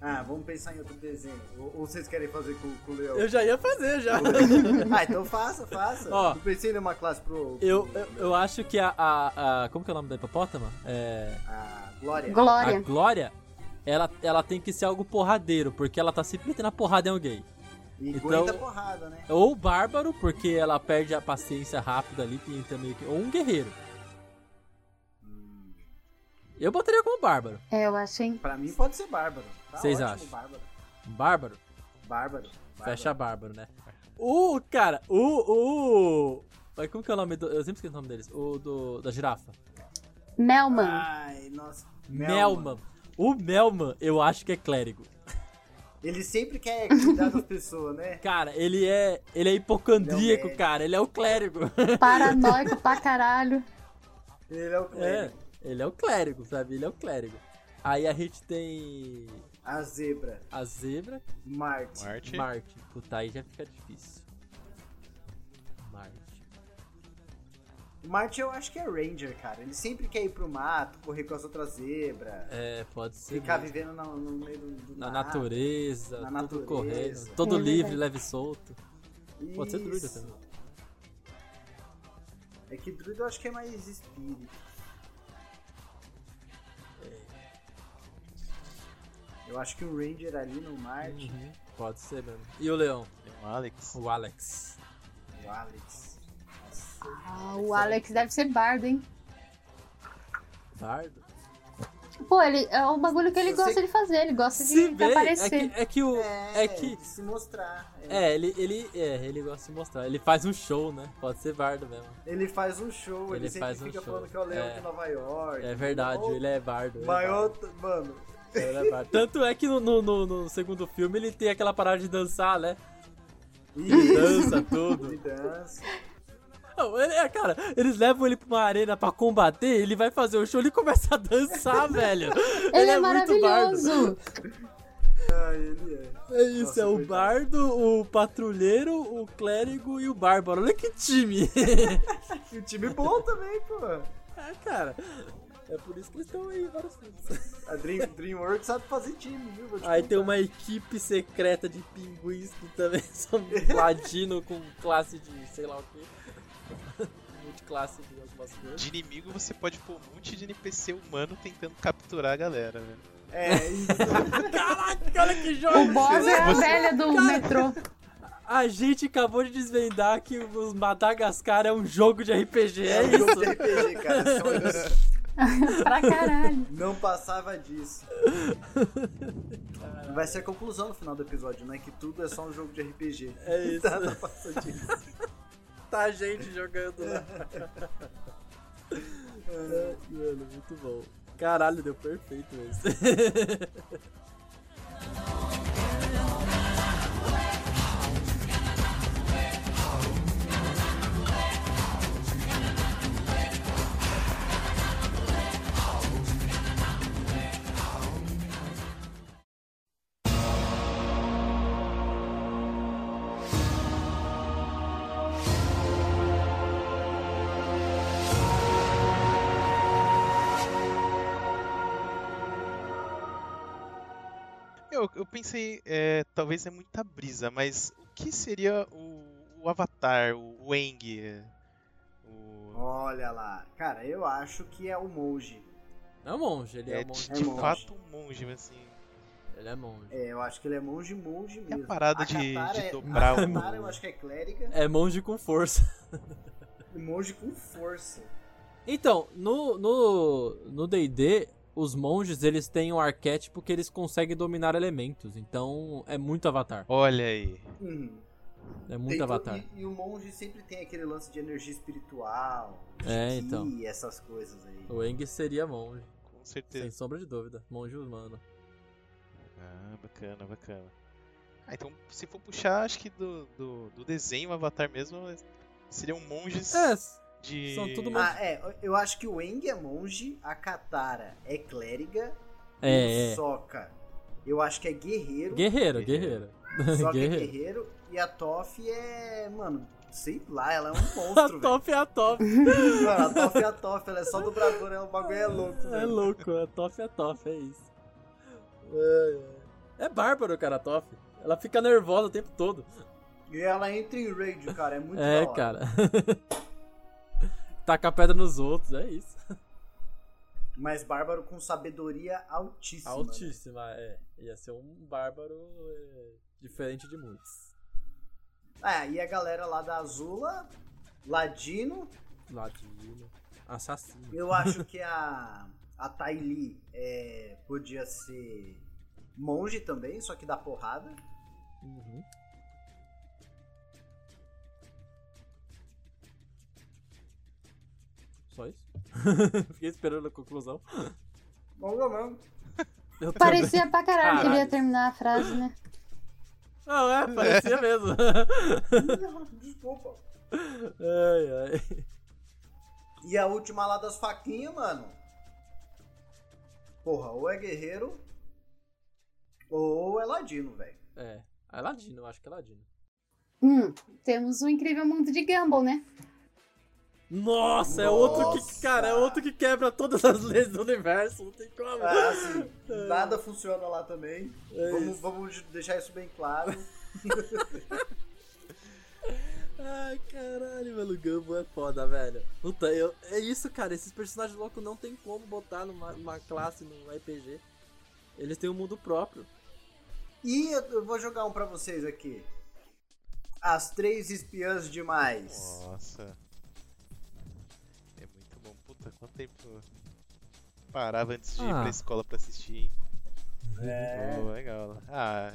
ah, vamos pensar em outro desenho. Ou, ou vocês querem fazer com, com o Leão?
Eu já ia fazer, já.
ah, então faça, faça.
Ó,
eu pensei numa classe pro. pro-
Eu, eu, eu acho que a, a, a- Como que é o nome da hipopótama? É,
A Glória.
a
Glória.
Glória, ela, ela tem que ser algo porradeiro, porque ela tá sempre metendo a porrada em alguém.
E
Então-
aguenta porrada, né?
Ou o bárbaro, porque ela perde a paciência rápido ali, que entra meio que. Ou um guerreiro. Hum. Eu botaria como bárbaro.
É, eu acho, hein?
Pra mim pode ser Bárbaro. Tá
Vocês
ótimo,
acham?
Bárbaro.
Um bárbaro?
Bárbaro. Bárbaro.
Fecha bárbaro, né? O, cara, o. o... Ai, Como que é o nome do. Eu sempre esqueço o nome deles. O do, da girafa.
Melman.
Ai, nossa.
Melman. O Melman, eu acho que é clérigo.
Ele sempre quer cuidar das pessoas, né?
Cara, ele é. Ele é hipocondríaco,
Ele é o
cara. Ele é o clérigo.
Paranoico pra caralho.
Ele é o
É,
clérigo.
ele é o clérigo, sabe? Ele é o clérigo. Aí a gente tem
A zebra.
a zebra,
Marte.
Marte.
Marte. Puta, aí já fica difícil. Marte.
Marte eu acho que é Ranger, cara. Ele sempre quer ir pro mato, correr com as outras zebras.
É, pode ser.
Ficar
mesmo.
vivendo na- no, meio do, do
Na
mato.
natureza,
Ah, Na
tudo
natureza.
correndo. Todo
É
livre,
verdade.
leve e solto. Pode ser druida
Isso.
também.
É que druida eu acho que é mais espírito. É. Eu acho que o Ranger ali no tipo, Marte,
Uhum, Pode ser mesmo. E o leão?
Tem o Alex.
O Alex.
o Alex. Nossa.
Ah, o Alex deve ser bardo, hein?
Bardo.
Pô, ele é o bagulho que ele
Se você-
gosta de fazer, ele gosta de,
Se
de
bem, é
aparecer.
que, é que o. É que.
de se mostrar. é.
É, ele, ele, é, ele gosta de mostrar. Ele faz um show, né? Pode ser bardo mesmo.
Ele faz um show, ele,
Ele
sempre
faz um
fica
show.
falando que é o leão
É.
de Nova York.
É verdade,
Ou-
ele é bardo. ele é bardo.
Maior, mano,
Ele é bardo. Tanto é que no, no- no- no segundo filme ele tem aquela parada de dançar, né?
isso,
Dança tudo.
de dança.
Não, ele- é, cara, eles levam ele pra uma arena pra combater, ele vai fazer o show, ele começa a dançar, velho.
Ele, é, maravilhoso.
Ah, ele é.
É isso,
Nossa,
é o
coitado.
bardo, o patrulheiro, o clérigo e o bárbaro. Olha que time.
E o time bom também, pô.
é, cara. É por isso que eles estão aí, em vários filmes.
A Dream, DreamWorks sabe fazer time, viu? Vou te
Aí tem
contar.
uma equipe secreta de pinguins que também são ladino com classe de sei lá o quê. Multiclasse de algumas coisas.
De inimigo você pode pôr um monte de NPC humano tentando capturar a galera, né? velho.
É, isso.
Caraca, olha que
O
jogo!
Bob é a
Você-
velha do metrô.
A gente acabou de desvendar que o Madagascar é um jogo de RPG, é
É um jogo de
isso?
RPG, cara. só isso.
pra caralho.
Não passava disso. Vai ser a conclusão no final do episódio, né? Que tudo é só um jogo de RPG.
É isso.
Nada passa disso.
Tá a gente jogando lá. É, Mano, muito bom. Caralho, deu perfeito esse.
pensei, é, talvez é muita brisa, mas o que seria o, o Avatar, o, o Eng? é, O...
Olha lá. Cara, eu acho que é o Moji.
É um monge, ele é,
É
um
de,
monge.
de
É monge.
fato um monge, mas assim.
Ele é monge.
É, eu acho que ele é monge monge
É a
mesmo.
parada de,
Katara
de
é-
dobrar
a
o.
Katara eu acho que é clériga
É monge com força.
e monge com força.
Então, no no no D&D, os monges, eles têm um arquétipo que eles conseguem dominar elementos. Então, é muito avatar.
Olha aí.
Uhum.
É muito
Tem to-
avatar.
E, e o monge sempre tem aquele lance de energia espiritual, de
É,
ki,
então.
essas coisas aí.
O Eng seria monge,
Com
sem
certeza.
sombra de dúvida. Monge humano.
Ah, bacana, bacana. Ah, então se for puxar, acho que do, do, do desenho Avatar mesmo seriam monges
É,
de.
são tudo monge.
Ah, é, eu acho que o Eng é monge, a Katara é clériga e
é,
o
é.
Sokka eu acho que é guerreiro,
Guerreiro,
Guerreiro.
guerreiro.
Sokka é
Guerreiro.
guerreiro e a Toph é, mano, sei lá, ela é um
A
monstro, velho.
top é a top.
Mano, a Toph é a Toph, ela é só dobradora, ela- o bagulho é louco,
É
velho.
louco, a Toff é a Toff, é isso. É, é. É bárbaro, cara, a Toff. Ela fica nervosa o tempo todo.
E ela entra em raid, cara, é muito
é,
da hora.
cara. Taca pedra nos outros, é isso.
Mas bárbaro com sabedoria altíssima. né?
Altíssima, é. Ia ser um bárbaro é, diferente de muitos.
Ah, e a galera lá da Azula, Ladino,
Ladino, assassino.
eu acho que a, a Tai Li é, podia ser monge também, só que dá porrada.
Uhum. Só isso? Fiquei esperando a conclusão.
Mongo mesmo.
Eu também.
Parecia pra caralho que ele ia
Caralho.
terminar a frase, né?
Não, é, parecia mesmo.
Desculpa.
ai, ai.
E a última lá das faquinhas, mano. Porra, ou é guerreiro, ou é ladino, velho.
É, é Ladino, eu acho que é Ladino.
Hum, temos o incrível mundo de Gumball, né?
Nossa, é outro que, cara, é outro que quebra todas as leis do universo, não tem como.
Ah, assim, nada funciona lá também.
É
Vamos,
isso.
vamos deixar isso bem claro.
Ai, caralho, velho, o Gumball é foda, velho. Puta, eu, é isso, cara, esses personagens loucos não tem como botar numa, numa classe, num RPG. Eles têm um mundo próprio.
E eu eu vou jogar um pra vocês aqui. As três espiãs demais.
Nossa. É muito bom. Puta, quanto tempo eu parava antes de ir
Ah.
pra escola pra assistir, hein?
É.
Pô, legal. Ah.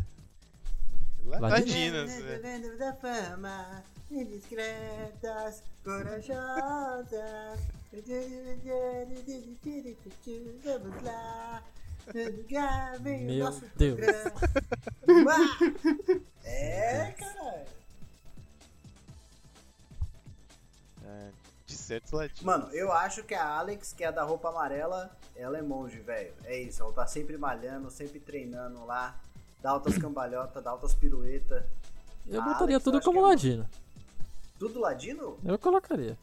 La-
Ladino.
Ladinas, né?
da fama, indiscretas, corajosas. Vamos lá. Gravem
Meu
o nosso
Deus.
programa. é, caralho.
Ah, de certo ladinos.
Mano, eu acho que a Alex, que é a da roupa amarela, ela é monge, velho. É isso, ela tá sempre malhando, sempre treinando lá. Dá altas cambalhotas, dá altas piruetas.
Eu
Ah,
botaria
Alex, eu
tudo
acho que
como
é bom.
Ladino.
Tudo ladino?
Eu colocaria.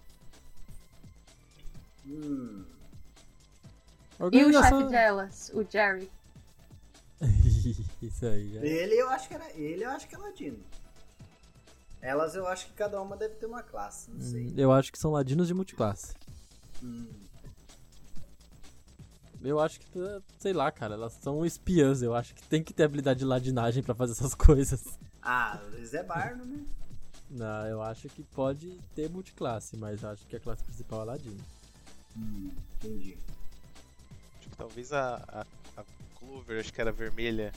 Hum.
E o
Organização.
chefe delas, o Jerry.
isso aí, é.
Ele eu acho que era. Ele eu acho que é ladino. Elas eu acho que cada uma deve ter uma classe, não
Hum,
sei.
Eu acho que são ladinos de multiclasse.
Hum.
Eu acho que, sei lá, cara, elas são espiãs. Eu acho que tem que ter habilidade de ladinagem pra fazer essas coisas.
Ah, às vezes é Barno, né?
Não, eu acho que pode ter multiclasse, mas eu acho que a classe principal é Ladino.
Entendi.
Acho que talvez a, a, a Clover, acho que era vermelha,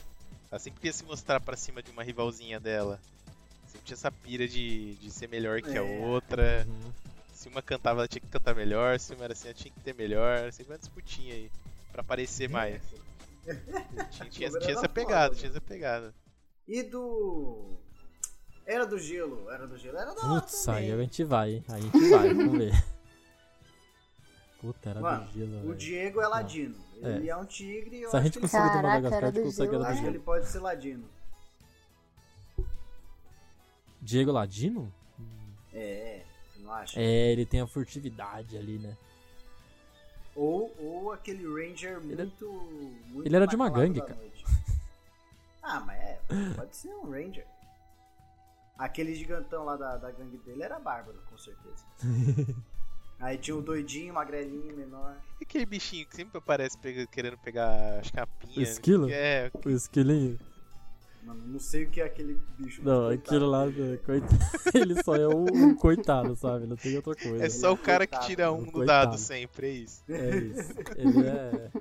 ela sempre queria se mostrar pra cima de uma rivalzinha dela. Sempre tinha essa pira de, de ser melhor que a
É.
outra.
Uhum.
Se uma cantava, ela tinha que cantar melhor. Se uma era assim, ela tinha que ter melhor. Sempre uma disputinha aí. Pra aparecer mais. Tinha, tinha-
Clover
tinha
era
essa
foda,
pegada,
né?
tinha essa pegada.
E do. Era do gelo, era do gelo, era da hora
Putz, aí é
também.
a gente vai, hein? Aí a gente vai, vamos ver. Puta, era
Mano,
do gelo,
O
velho.
Diego é ladino.
É.
Ele é, um tigre e eu
Se a
acho
gente
que,
conseguir do
Caraca,
Madagascar,
era
a gente
do
consegue
gelo,
era do
acho que
gelo.
ele pode ser ladino.
Diego Ladino?
É, é, você não acha?
É, ele tem a furtividade ali, né?
Ou, ou aquele ranger
Ele-
muito, muito
ele era de uma
maculado
gangue,
da
cara.
noite. Ah, mas é, pode ser um Ranger. Aquele gigantão lá da, da gangue dele era bárbaro, com certeza. Aí tinha um doidinho, magrelinho, menor.
E aquele bichinho que sempre aparece pega- querendo pegar as capinhas.
Esquilo?
É,
O esquilinho?
Mano, não sei o que é aquele bicho. mas
Não,
coitado
aquilo lá,
dele.
né, coitado, ele só é um, um coitado, sabe? Não tem outra coisa.
é só o cara que
Coitado,
tira um no
coitado.
dado sempre, é isso.
É isso. Ele é.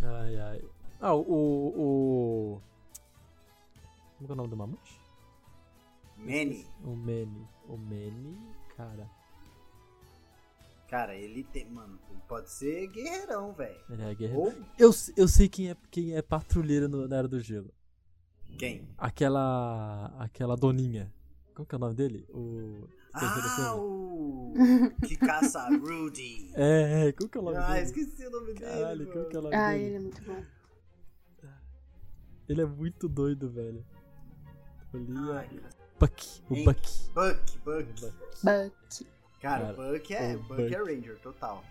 Ai, ai. Ah, o. o... Como que é o nome do mamute?
Manny,
O Manny. O Manny, cara.
cara, ele tem. Mano, ele pode ser guerreirão, velho.
Ele é guerreiro.
Ou
Eu, eu sei quem é, quem é patrulheira no- na Era do Gelo.
quem?
Aquela. Aquela doninha. Como que é o nome dele? O. terceiro
Ah,
filme?
o. Que caça Rudy.
É, é, como que é o nome
Ah,
dele?
esqueci o nome
Caralho,
dele.
como
Mano.
que é o nome
Ah,
dele?
ele é muito bom.
Ele é muito doido, velho. Olha.
Ai, cara.
Buck, o
Hank.
Buck.
Buck,
O
Buck.
Buck.
Buck.
Cara,
Cara, Buck é,
o
Buck é
Buck.
Ranger, total.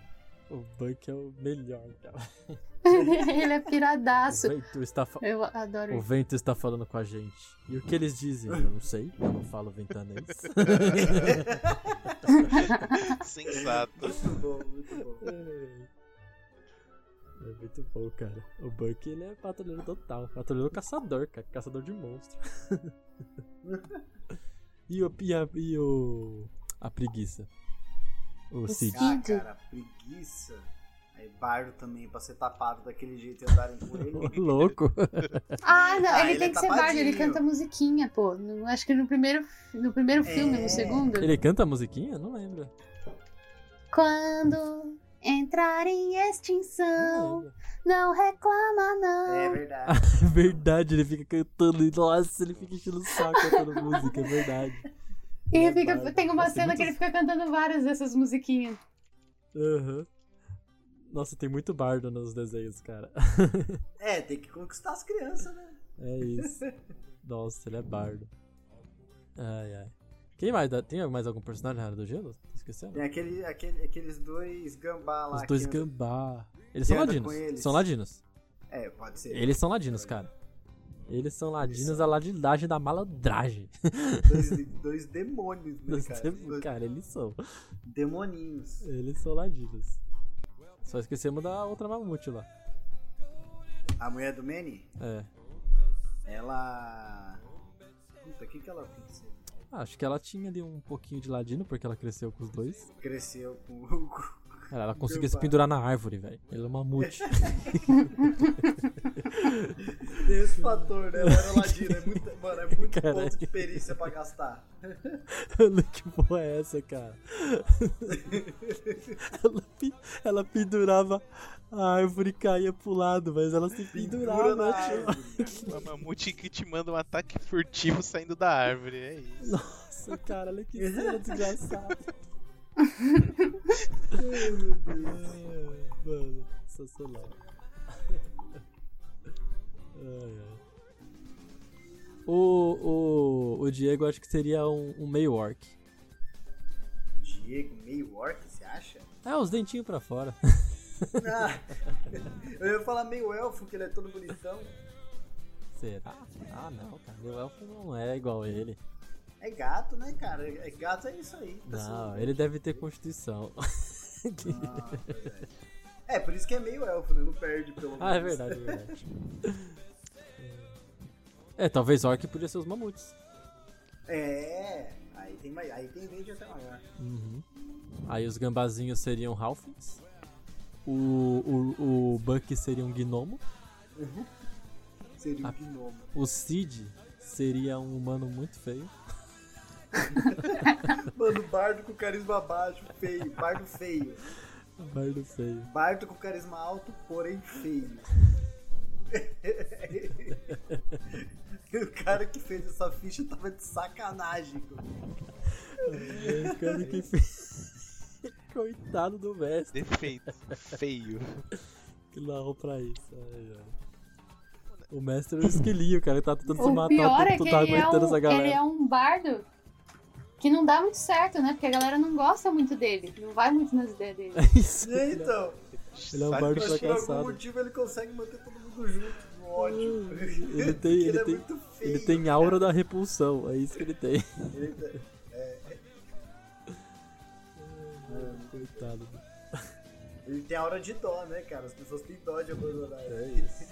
O Buck é o melhor, cara.
ele é
O
piradaço.
vento, está fa-
Eu adoro
o
ele.
vento está falando com a gente. E o que eles dizem? Eu não sei, eu não falo ventanês.
Sensato.
Muito bom, muito bom.
é muito bom, cara. O Buck, ele é patrulheiro total. Patrulheiro caçador, cara. Caçador de monstros. e o... E a, e o- a preguiça. O
O
Cid.
Ah,
Sid.
cara, preguiça. Aí Bardo também, pra ser tapado daquele jeito e andarem com
Ô,
ele.
louco.
Ah, não,
Ah,
ele,
ele
tem
é
que ser bardo, ele
tapadinho.
canta musiquinha, pô. No- acho que no primeiro, no primeiro filme,
É.
no segundo.
Ele canta a musiquinha? Não lembro.
Quando entrar
Não
em
Uhum.
extinção,
lembro.
não reclama, não.
É verdade.
É verdade, ele fica cantando. e, Nossa, ele fica enchendo o saco cantando música, é verdade.
E
É
fica-
bardo.
tem uma
Nossa, tem
cena que ele
muitos-
fica cantando várias dessas musiquinhas.
Aham. Nossa, tem muito bardo nos desenhos, cara.
É, tem que conquistar as crianças, né?
É isso. Nossa, ele é bardo. Ai, ai. Quem mais? dá- Tem mais algum personagem na Era do Gelo? Tô esquecendo.
Tem aquele, aquele- aqueles dois gambá lá.
Os dois
que andam-
gambá. Eles
que
são
anda
ladinos.
com eles.
São ladinos.
É, pode ser.
Eles são ladinos, cara. Eles são ladinos da ladilagem da malandragem.
Dois, dois demônios, né, cara? Dois
Cara, eles são.
demoninhos.
Eles são ladinos. Só esquecemos da outra mamute lá.
A mulher do Manny,
É.
ela. Puta, o que, que ela fez?
Acho que ela tinha ali um pouquinho de ladino, porque ela cresceu com os dois.
Cresceu com o. com-
Cara, ela conseguia se
Gambá.
pendurar na árvore, velho. Ela é uma mamute.
Tem esse fator, né? Ela era ladina. É muito, mano, é muito
Caralho.
ponto de perícia pra gastar.
Olha que porra é essa, cara? ela, pe- ela pendurava a árvore e caía pro lado, mas ela se
Pendura
pendurava.
na
tio.
árvore.
Uma mamute que te manda um ataque furtivo saindo da árvore, é isso.
Nossa, cara, olha que cena desgraçada.
Ai, meu Deus.
Ai, Mano, sensacional. Ai, ai. O, o, o Diego acho que seria um, um meio orc.
Diego, meio orc, você acha?
É, os dentinhos pra fora.
Ah, eu ia falar meio elfo, que ele é todo bonitão.
Será? Ah, não, cara. Meu elfo não é igual a ele.
É gato, né, cara? É gato é isso aí. pessoal.
Não, ele deve ter constituição.
Ah, verdade. é, por isso que é meio elfo, né? Não perde pelo menos.
ah, é verdade, é verdade. É, talvez orc podia ser os mamutes.
É, aí tem, mai- aí tem range até maior.
Uhum. Aí os gambazinhos seriam halflings. O, o, o Buck seria um gnomo.
Seria um
Ah.
gnomo.
O Cid seria um humano muito feio.
Mano, bardo com carisma baixo, feio. Bardo feio.
Um Bardo feio.
Bardo com carisma alto, porém feio. o cara que fez essa ficha tava de sacanagem. cara.
É o cara que fez- Coitado do mestre.
Defeito. Feio.
que larrou pra isso. Ai, ai. O mestre é um esquilinho, cara. Ele tá tentando se
O
matar,
pior
tá,
é que
tá
ele é,
aguentando
um,
essa galera.
ele é um bardo que não dá muito certo, né? Porque a galera não gosta muito dele. Não vai muito nas ideias dele.
É isso.
E aí, então?
Ele é um
Sabe
bardo
que
pra
Mas
eu achei-
por algum
Tá fracassado.
motivo ele consegue manter todo mundo junto. um ódio.
Ele tem- ele
é
tem-
muito feio. né,
Ele tem aura da repulsão, é isso que ele tem.
Ele tem-
Coitado.
Ele tem aura de dó, né, cara? As pessoas têm dó de abandonar ele.
É isso.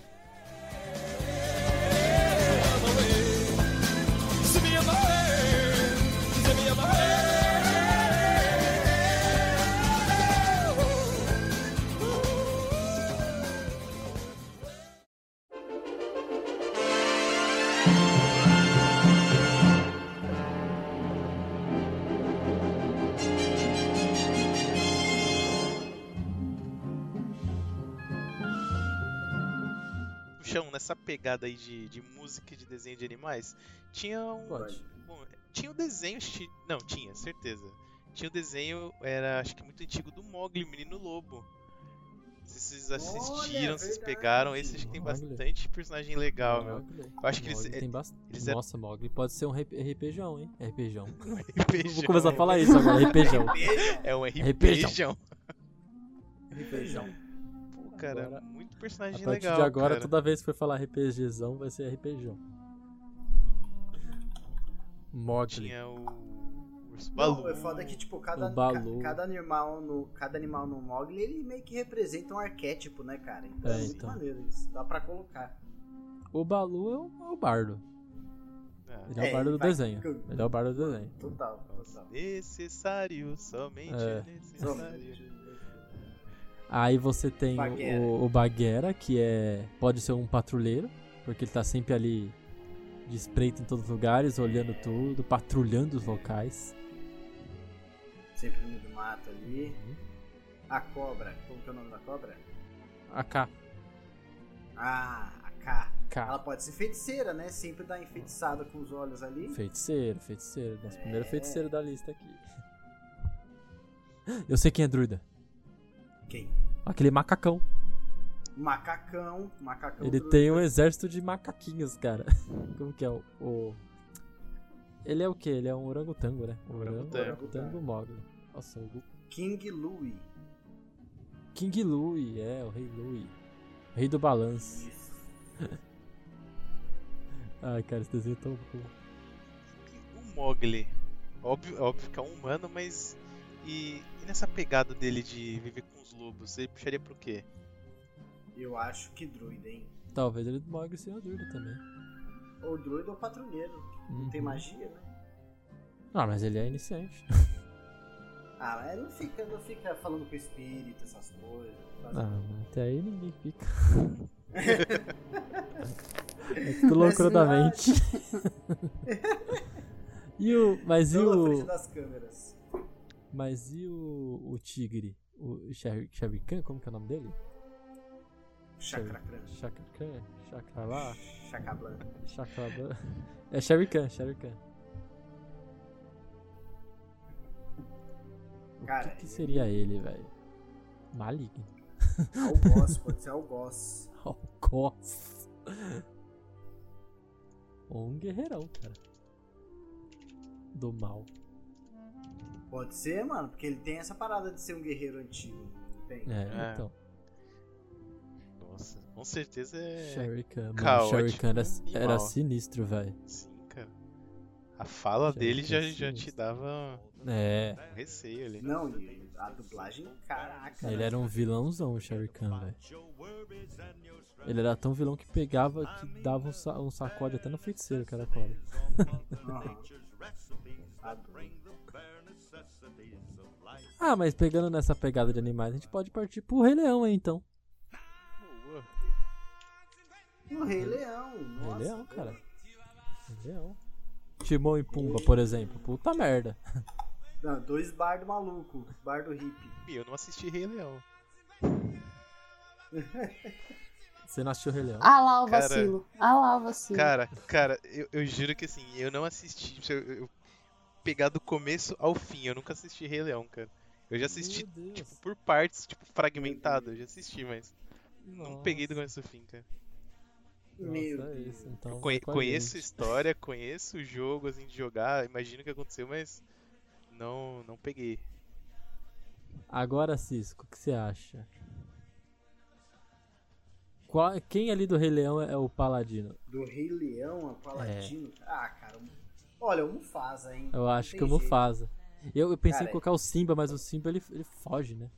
Puxão, nessa pegada aí de, de música e de desenho de animais, tinha um.
Pode.
Bom, tinha um desenho. chi- Não, tinha, certeza. Tinha um desenho, era acho que muito antigo, do Mogli, o Menino Lobo. Se vocês assistiram,
Olha,
vocês
verdade.
pegaram. Esse acho que tem
Mogli.
bastante personagem legal, meu.
Mogli.
Eu acho que é- eles-
Mogli tem bastante.
eles eram-
Nossa, Mogli pode ser um rep- RPjão, hein? RPjão.
Repeijão,
Vou começar a
é-
falar isso agora, RPjão.
É um
Repeijão.
RPjão.
Beijão.
Pô, cara,
Agora-
muito
A
personagem
partir
legal.
de agora,
cara.
toda vez que for falar RPGzão, vai ser RPjão. Mogli.
Tinha o. Urso
Não,
Balu.
é foda que, tipo, cada,
O Balu.
ca- cada animal no cada animal no Mogli, ele meio que representa um arquétipo, né, cara? Então é,
É,
muito
então.
maneiro isso. Dá pra colocar.
O Balu é o, é o bardo.
Ah,
Ele é,
É,
o bardo do
vai.
desenho. Ele é o bardo do desenho.
Total, total.
Necessário, somente
É.
necessário.
Aí você tem o-
Bagheera.
O, o Baguera, que é pode ser um patrulheiro, porque ele tá sempre ali de espreita em todos os lugares, olhando tudo, patrulhando os locais.
Sempre no meio do mato ali. A cobra. Como que é o nome da cobra?
A K.
Ah, a K. Ela
K.
pode ser feiticeira, né? Sempre dá enfeitiçada com os olhos ali.
Feiticeiro, feiticeiro. Nosso primeiro feiticeiro da lista aqui. Eu sei quem é druida.
Quem?
Aquele macacão.
Macacão. Macacão.
Ele
do-
tem um exército de macaquinhos, cara. Como que é o. o- Ele é o quê? Ele é um orangotango, né?
Orangotango.
Orangotango mogli. Nossa, o
King Louie.
King Louie, é, o Rei Louie. Rei do balanço. Ai, cara, esse desenho é tão bom.
O Mogli. Óbvio, óbvio que é um humano, mas. E, e nessa pegada dele de viver com os lobos, você puxaria pro quê?
Eu acho que druida, hein?
Talvez ele do Mogli seja duro também.
Ou druida ou patrulheiro. Não tem
Uhum.
magia, né?
Ah, mas ele é iniciante.
Ah, mas não fica, não fica falando com espírito, essas coisas. faz-
Ah, mas até aí ninguém fica. é tudo loucura da
Mas ah.
mente. e o. Mas e
Não na frente
o.
das câmeras.
Mas e o. O tigre? O Sher- Shere Khan? Como que é o nome dele?
Chacracrã.
Chakra Khan? Chakra lá?
Chacablan.
Chacabana. É Sherry Khan, Sherry Khan. O
Cara,
que, que seria ele, velho? Maligno. Oh,
Algoz, pode ser algoz.
Algoz. Ou um guerreirão, cara. Do mal.
Pode ser, mano, porque ele tem essa parada de ser um guerreiro antigo. Tem.
É,
É,
então.
Nossa, com certeza é.
Sherry Khan, mano.
caótico né?
Sherry Khan era,
e
era
mal.
sinistro, velho.
Sim, cara. A fala
Já
dele já,
pensei
já te
nisso.
dava
É.
um receio ali.
Não, e a dublagem, caraca.
Ele era um vilãozão, o Sherry Khan, velho. Ele era tão vilão que pegava, que dava um, sa- um sacode até no feiticeiro, cara. Cola.
Aham. Tá doido.
Ah, mas pegando nessa pegada de animais, a gente pode partir pro Rei Leão aí, então.
Boa.
E o Rei Leão, nossa.
Rei Leão, cara. Rei Leão. Timão e Pumba, por exemplo. Puta merda.
Não, dois bardo maluco, bardo hippie.
E eu não assisti Rei Leão.
Você não assistiu o Rei Leão?
Ah lá o
Cara.
vacilo. Ah lá o vacilo.
Cara, cara, eu, eu juro que assim, eu não assisti. se Eu, eu pegar do começo ao fim, eu nunca assisti Rei Leão, cara. Eu já assisti,
Meu Deus.
tipo, por partes, tipo, fragmentado, eu já assisti, mas não peguei do
Nossa,
começo ao fim, cara.
Meu
é
Deus.
isso, então.
Eu conhe-
é com a
conheço a
gente.
história, conheço o jogo, assim, de jogar, imagino o que aconteceu, mas não, não peguei.
Agora, Cisco, o que você acha? Qual- quem ali do Rei Leão é o Paladino?
Do Rei Leão a Paladino. Ah, cara. o- Olha, o Mufasa, hein?
É. Eu acho
Tem
que o
jeito.
Mufasa. Eu, eu pensei
Cara,
em colocar o Simba, mas o Simba ele, ele foge, né?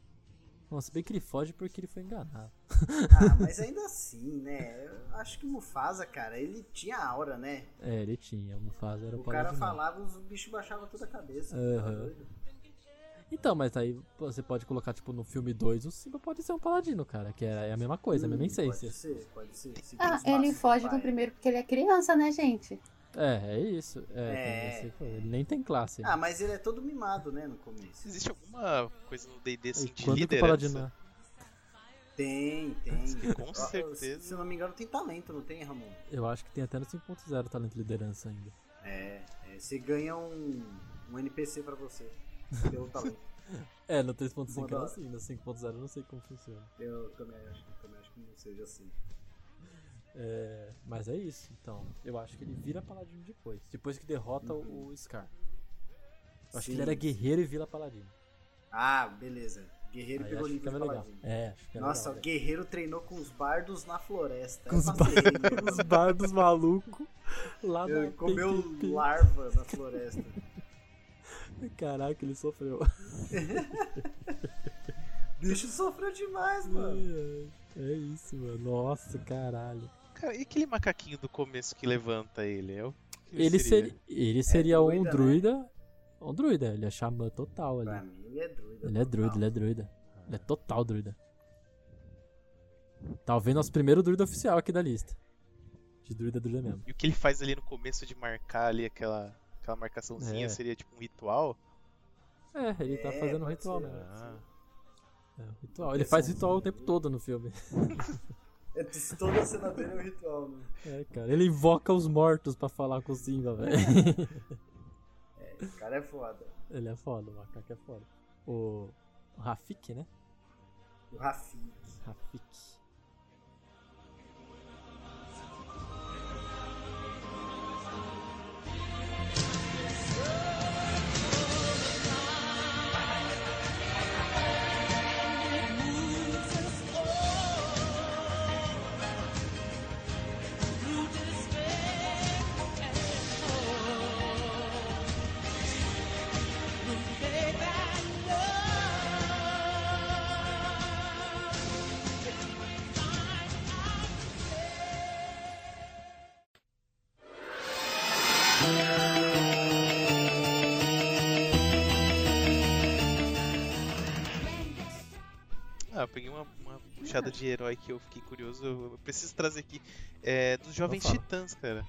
Bom, se bem que ele foge porque ele foi enganado.
Ah, mas ainda assim, né? Eu acho que o Mufasa, cara, ele tinha aura, né?
É, ele tinha, o Mufasa era o,
O cara
Paladino.
falava, os bichos baixavam toda a cabeça.
Aham.
tá doido?
Então, mas aí você pode colocar, tipo, no filme 2, o Simba pode ser um paladino, cara, que é a mesma coisa, a mesma
Hum,
essência.
Pode ser, pode ser. Seguir
Ah,
os passos
ele
do
foge do
pai.
primeiro porque ele é criança, né, gente?
É, é isso. É,
É.
tem esse- pô, ele nem tem classe.
Ah, mas ele é todo mimado, né, no começo.
Existe alguma coisa no D&D assim,
E
de
quando que
é
o paladino
liderança?
Tem, tem.
Com
Ah,
certeza.
Se eu não me engano, tem talento, não tem, Ramon?
é? Eu acho que tem até no 5.0 o talento de liderança ainda.
É, é, você ganha um, um NPC pra você. Pelo talento.
É, no 3.5
Manda-
era assim, no 5.0 eu não sei como funciona.
Eu também acho, também acho que não seja assim.
É, mas é isso, então. Eu acho que ele vira paladino depois. Depois que derrota o- o Scar. Eu acho que
Sim.
ele era guerreiro e vira paladino.
Ah, beleza. Guerreiro
Aí eu
pegou
acho que
nível
ficava
de
legal.
paladino.
É, acho que ficava
Nossa,
legal.
o guerreiro treinou com os bardos na floresta.
Com
Eu
os
passei,
Os bardos malucos lá
né?
na
Eu- Comeu
PQP.
larva na floresta.
Caraca, ele sofreu.
Bicho sofreu demais,
Hum.
mano.
Ai, ai. É isso, mano. Nossa, caralho.
Cara, e aquele macaquinho do começo que levanta ele? É o que
Ele seria, ele seria um
druida, né?
druida. Um druida, ele é xamã total
Pra
ali.
mim, ele é druida.
Ele é druida, ele é druida. Ele é total druida. Talvez nosso primeiro druida oficial aqui da lista. De druida, druida mesmo.
E o que ele faz ali no começo de marcar ali aquela, aquela marcaçãozinha
É.
seria tipo um ritual?
É, ele tá
É,
fazendo um
pode
ritual
ser,
mesmo.
pode
Ah.
É, um ritual. Ele faz ritual o tempo todo no filme.
É, t- toda a cena dele é um ritual, né?
É, cara. Ele invoca os mortos pra falar com o Simba, velho.
O cara é foda.
Ele é foda, o macaco é foda. O, o Rafik, né?
O Rafik.
Rafik.
Ah, eu peguei uma, uma puxada de herói que eu fiquei curioso. Eu preciso trazer aqui. É, dos Jovens
fala.
Titãs, cara.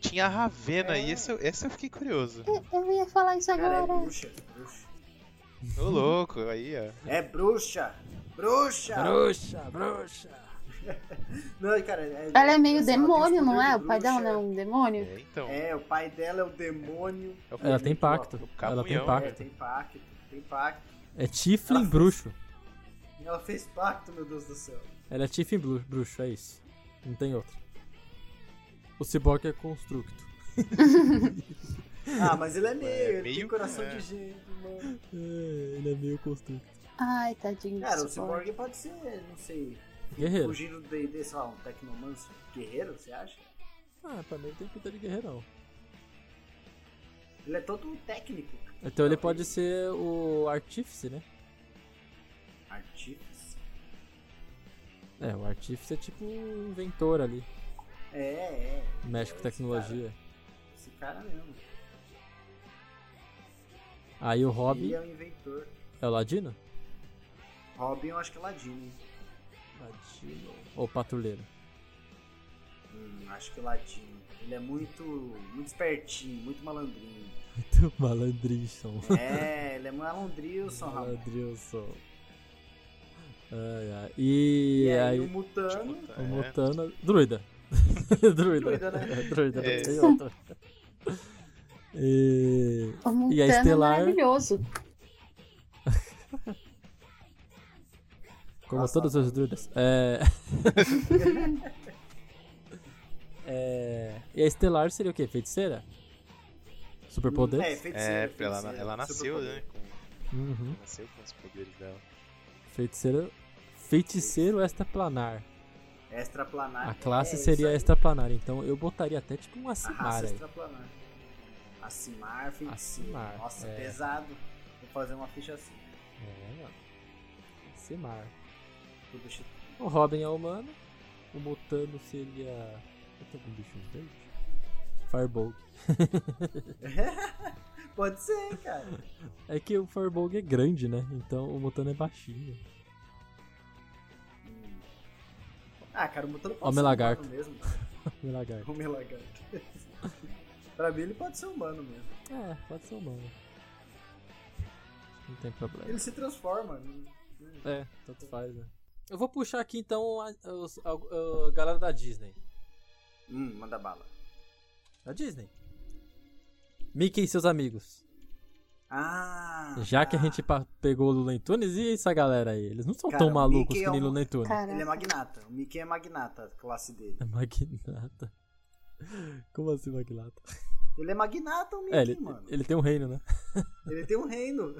Tinha a Ravena
É.
e essa, eu- essa eu fiquei curioso.
Eu, eu ia falar isso
Cara, é
agora.
bruxa. bruxa.
Ô
Uhum.
louco, aí ó.
É bruxa! Bruxa!
Bruxa, bruxa.
Não, e cara,
Ela é meio
assim, ela tem
demônio,
esse
não
poder
é?
de
O pai dela
bruxa.
não é um demônio?
É, então.
É, o pai dela é o demônio.
É o
Ela tem pacto.
O
Ela tem
Camunhão.
É,
pacto.
tem pacto, tem pacto.
É Tiflin bruxo.
Ela fez pacto, meu Deus do céu.
Ela é Tiflin blu- bruxo, é isso. Não tem outro. O Cyborg é Constructo.
Ah, mas ele é meio, ele tem
meio-
coração
é.
de gênio, mano.
É, ele é meio Constructo.
Ai, tadinho.
Cara, o
desse pobre.
Cyborg pode ser, não sei,
Guerreiro.
fugindo do D&D, sei lá, um tecnomancer guerreiro, você acha?
Ah, pra mim ele tem pinta de guerreirão.
Ele é todo técnico.
Então ele pode ser o Artífice, né?
Artífice.
É, o Artífice é tipo um inventor ali.
É, é.
Mexe com tecnologia.
Esse cara mesmo.
Aí o
Ele
Robin
é um inventor.
é o Ladino?
Robin, eu acho que é Ladino. hein?
Ladino. Ou Patrulheiro.
Hum, acho que é Ladino. Ele é muito, muito espertinho, muito malandrinho.
Malandrilson.
É, ele é malandrinho, São Ramon.
Malandrilson. Ai, ai. E,
E aí,
aí,
o Mutano,
Tipo,
o
é.
Mutana. Druida. druida.
Druida, né?
É, druida,
É.
não tem outro. E...
O
E a
Montana
Estelar-
é maravilhoso.
Como
Nossa,
todas as
mano.
druidas. É... É, E a Estelar seria o quê? Feiticeira? Superpoder?
É, feiticeira.
É,
feiticeira,
ela, ela nasceu,
superpoder.
né? Com,
Uhum.
nasceu com os poderes dela.
Feiticeira. Feiticeiro extraplanar.
Extraplanar.
A classe
É isso
seria
aí. Ah,
extraplanar, então eu botaria até tipo um
A raça
acimar aí.
extraplanar. Acimar,
Acimar,
feiticeiro. Nossa,
é.
pesado. Vou fazer uma ficha assim.
É, mano. Acimar.
Pro bicho-
O Robin é humano. O Mutano seria. Eu tô com bicho verde? Firebolt.
Pode ser, cara.
É que o Firebolt é grande, né? Então o Mutano é baixinho.
Ah, cara, o Mutano pode
Homem
ser
lagarto.
humano mesmo.
Meu lagarto.
Homem lagarto. pra mim ele pode ser humano mesmo.
É, pode ser humano. Não tem problema.
Ele se transforma. né?
É, tanto faz, né? Eu vou puxar aqui então a, os- a- a galera da Disney.
Hum, manda bala.
Da Disney. Mickey e seus amigos.
Ah!
Já que a
tá.
gente pa- pegou o Lula Tunes e essa galera aí. Eles não são
Cara,
tão
o
malucos
Mickey
que nem
é um-
Lula Tunes.
Ele é
Caraca.
magnata. O Mickey é magnata, a classe dele.
É magnata. Como assim magnata?
Ele é magnata, o Mickey,
É, ele,
mano.
ele tem um reino, né?
Ele tem um reino.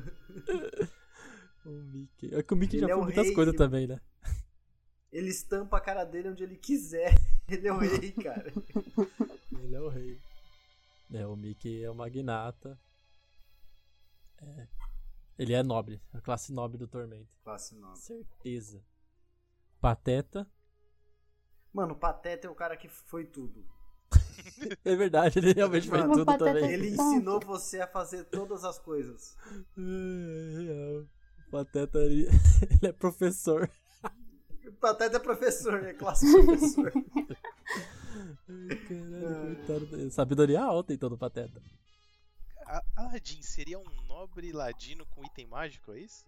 O Mickey. É que o Mickey
Ele
já
é
foi
o
muitas
rei,
coisas
ele-
também, né?
Ele estampa a cara dele onde ele quiser. Ele é o rei, cara.
Ele é o rei. É, o Mickey é o magnata. É. Ele é nobre, a classe nobre do tormento.
Classe nova.
Certeza. Pateta.
Mano, o Pateta é o cara que foi tudo.
É verdade, ele realmente faz
Mano,
tudo
Pateta
também.
Ele ensinou você a fazer todas as coisas.
É, real. Pateta, ele... ele é professor.
O Pateta é professor, é classe professor.
Ai, Caralho, coitado. dele. Sabedoria alta então do Pateta.
A- Aladdin seria um nobre ladino com item mágico, é isso?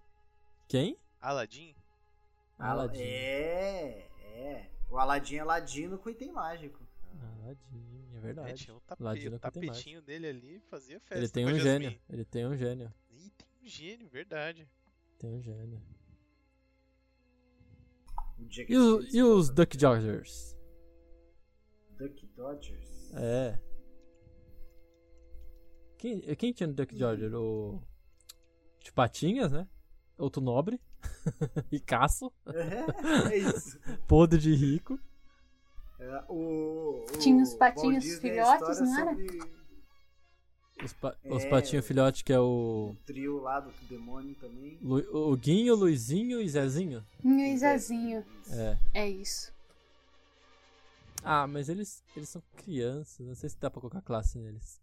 Quem?
Aladdin?
Aladdin.
É, é. O Aladim é ladino com item mágico.
Aladdin, é verdade.
É, tinha um tape-
Ladino
o
com item
tapetinho dele ali fazia festa.
ele tem
com a
um
Jasmine.
gênio. Ele tem um gênio.
Ih, tem um gênio, verdade.
Tem um gênio.
O dia que
E, o-
eles-
e os Duck Dodgers?
Duck Dodgers?
É. Quem, é, quem tinha no Duck Dodger? O. De Patinhas, né? Outro nobre. Ricaço.
É, é isso.
Podre de rico.
É, o, o
Tinha os
Walt
patinhos
Disney, a
filhotes,
história
não era?
sobre
Os, pa os
É.
patinhos filhote que é
O
o.
trio lá do demônio também. É.
Lu- o Guinho, Luizinho e Zezinho.
Minho e Zezinho.
É.
É isso.
Ah, mas eles, eles são crianças. Não sei se dá pra colocar classe neles.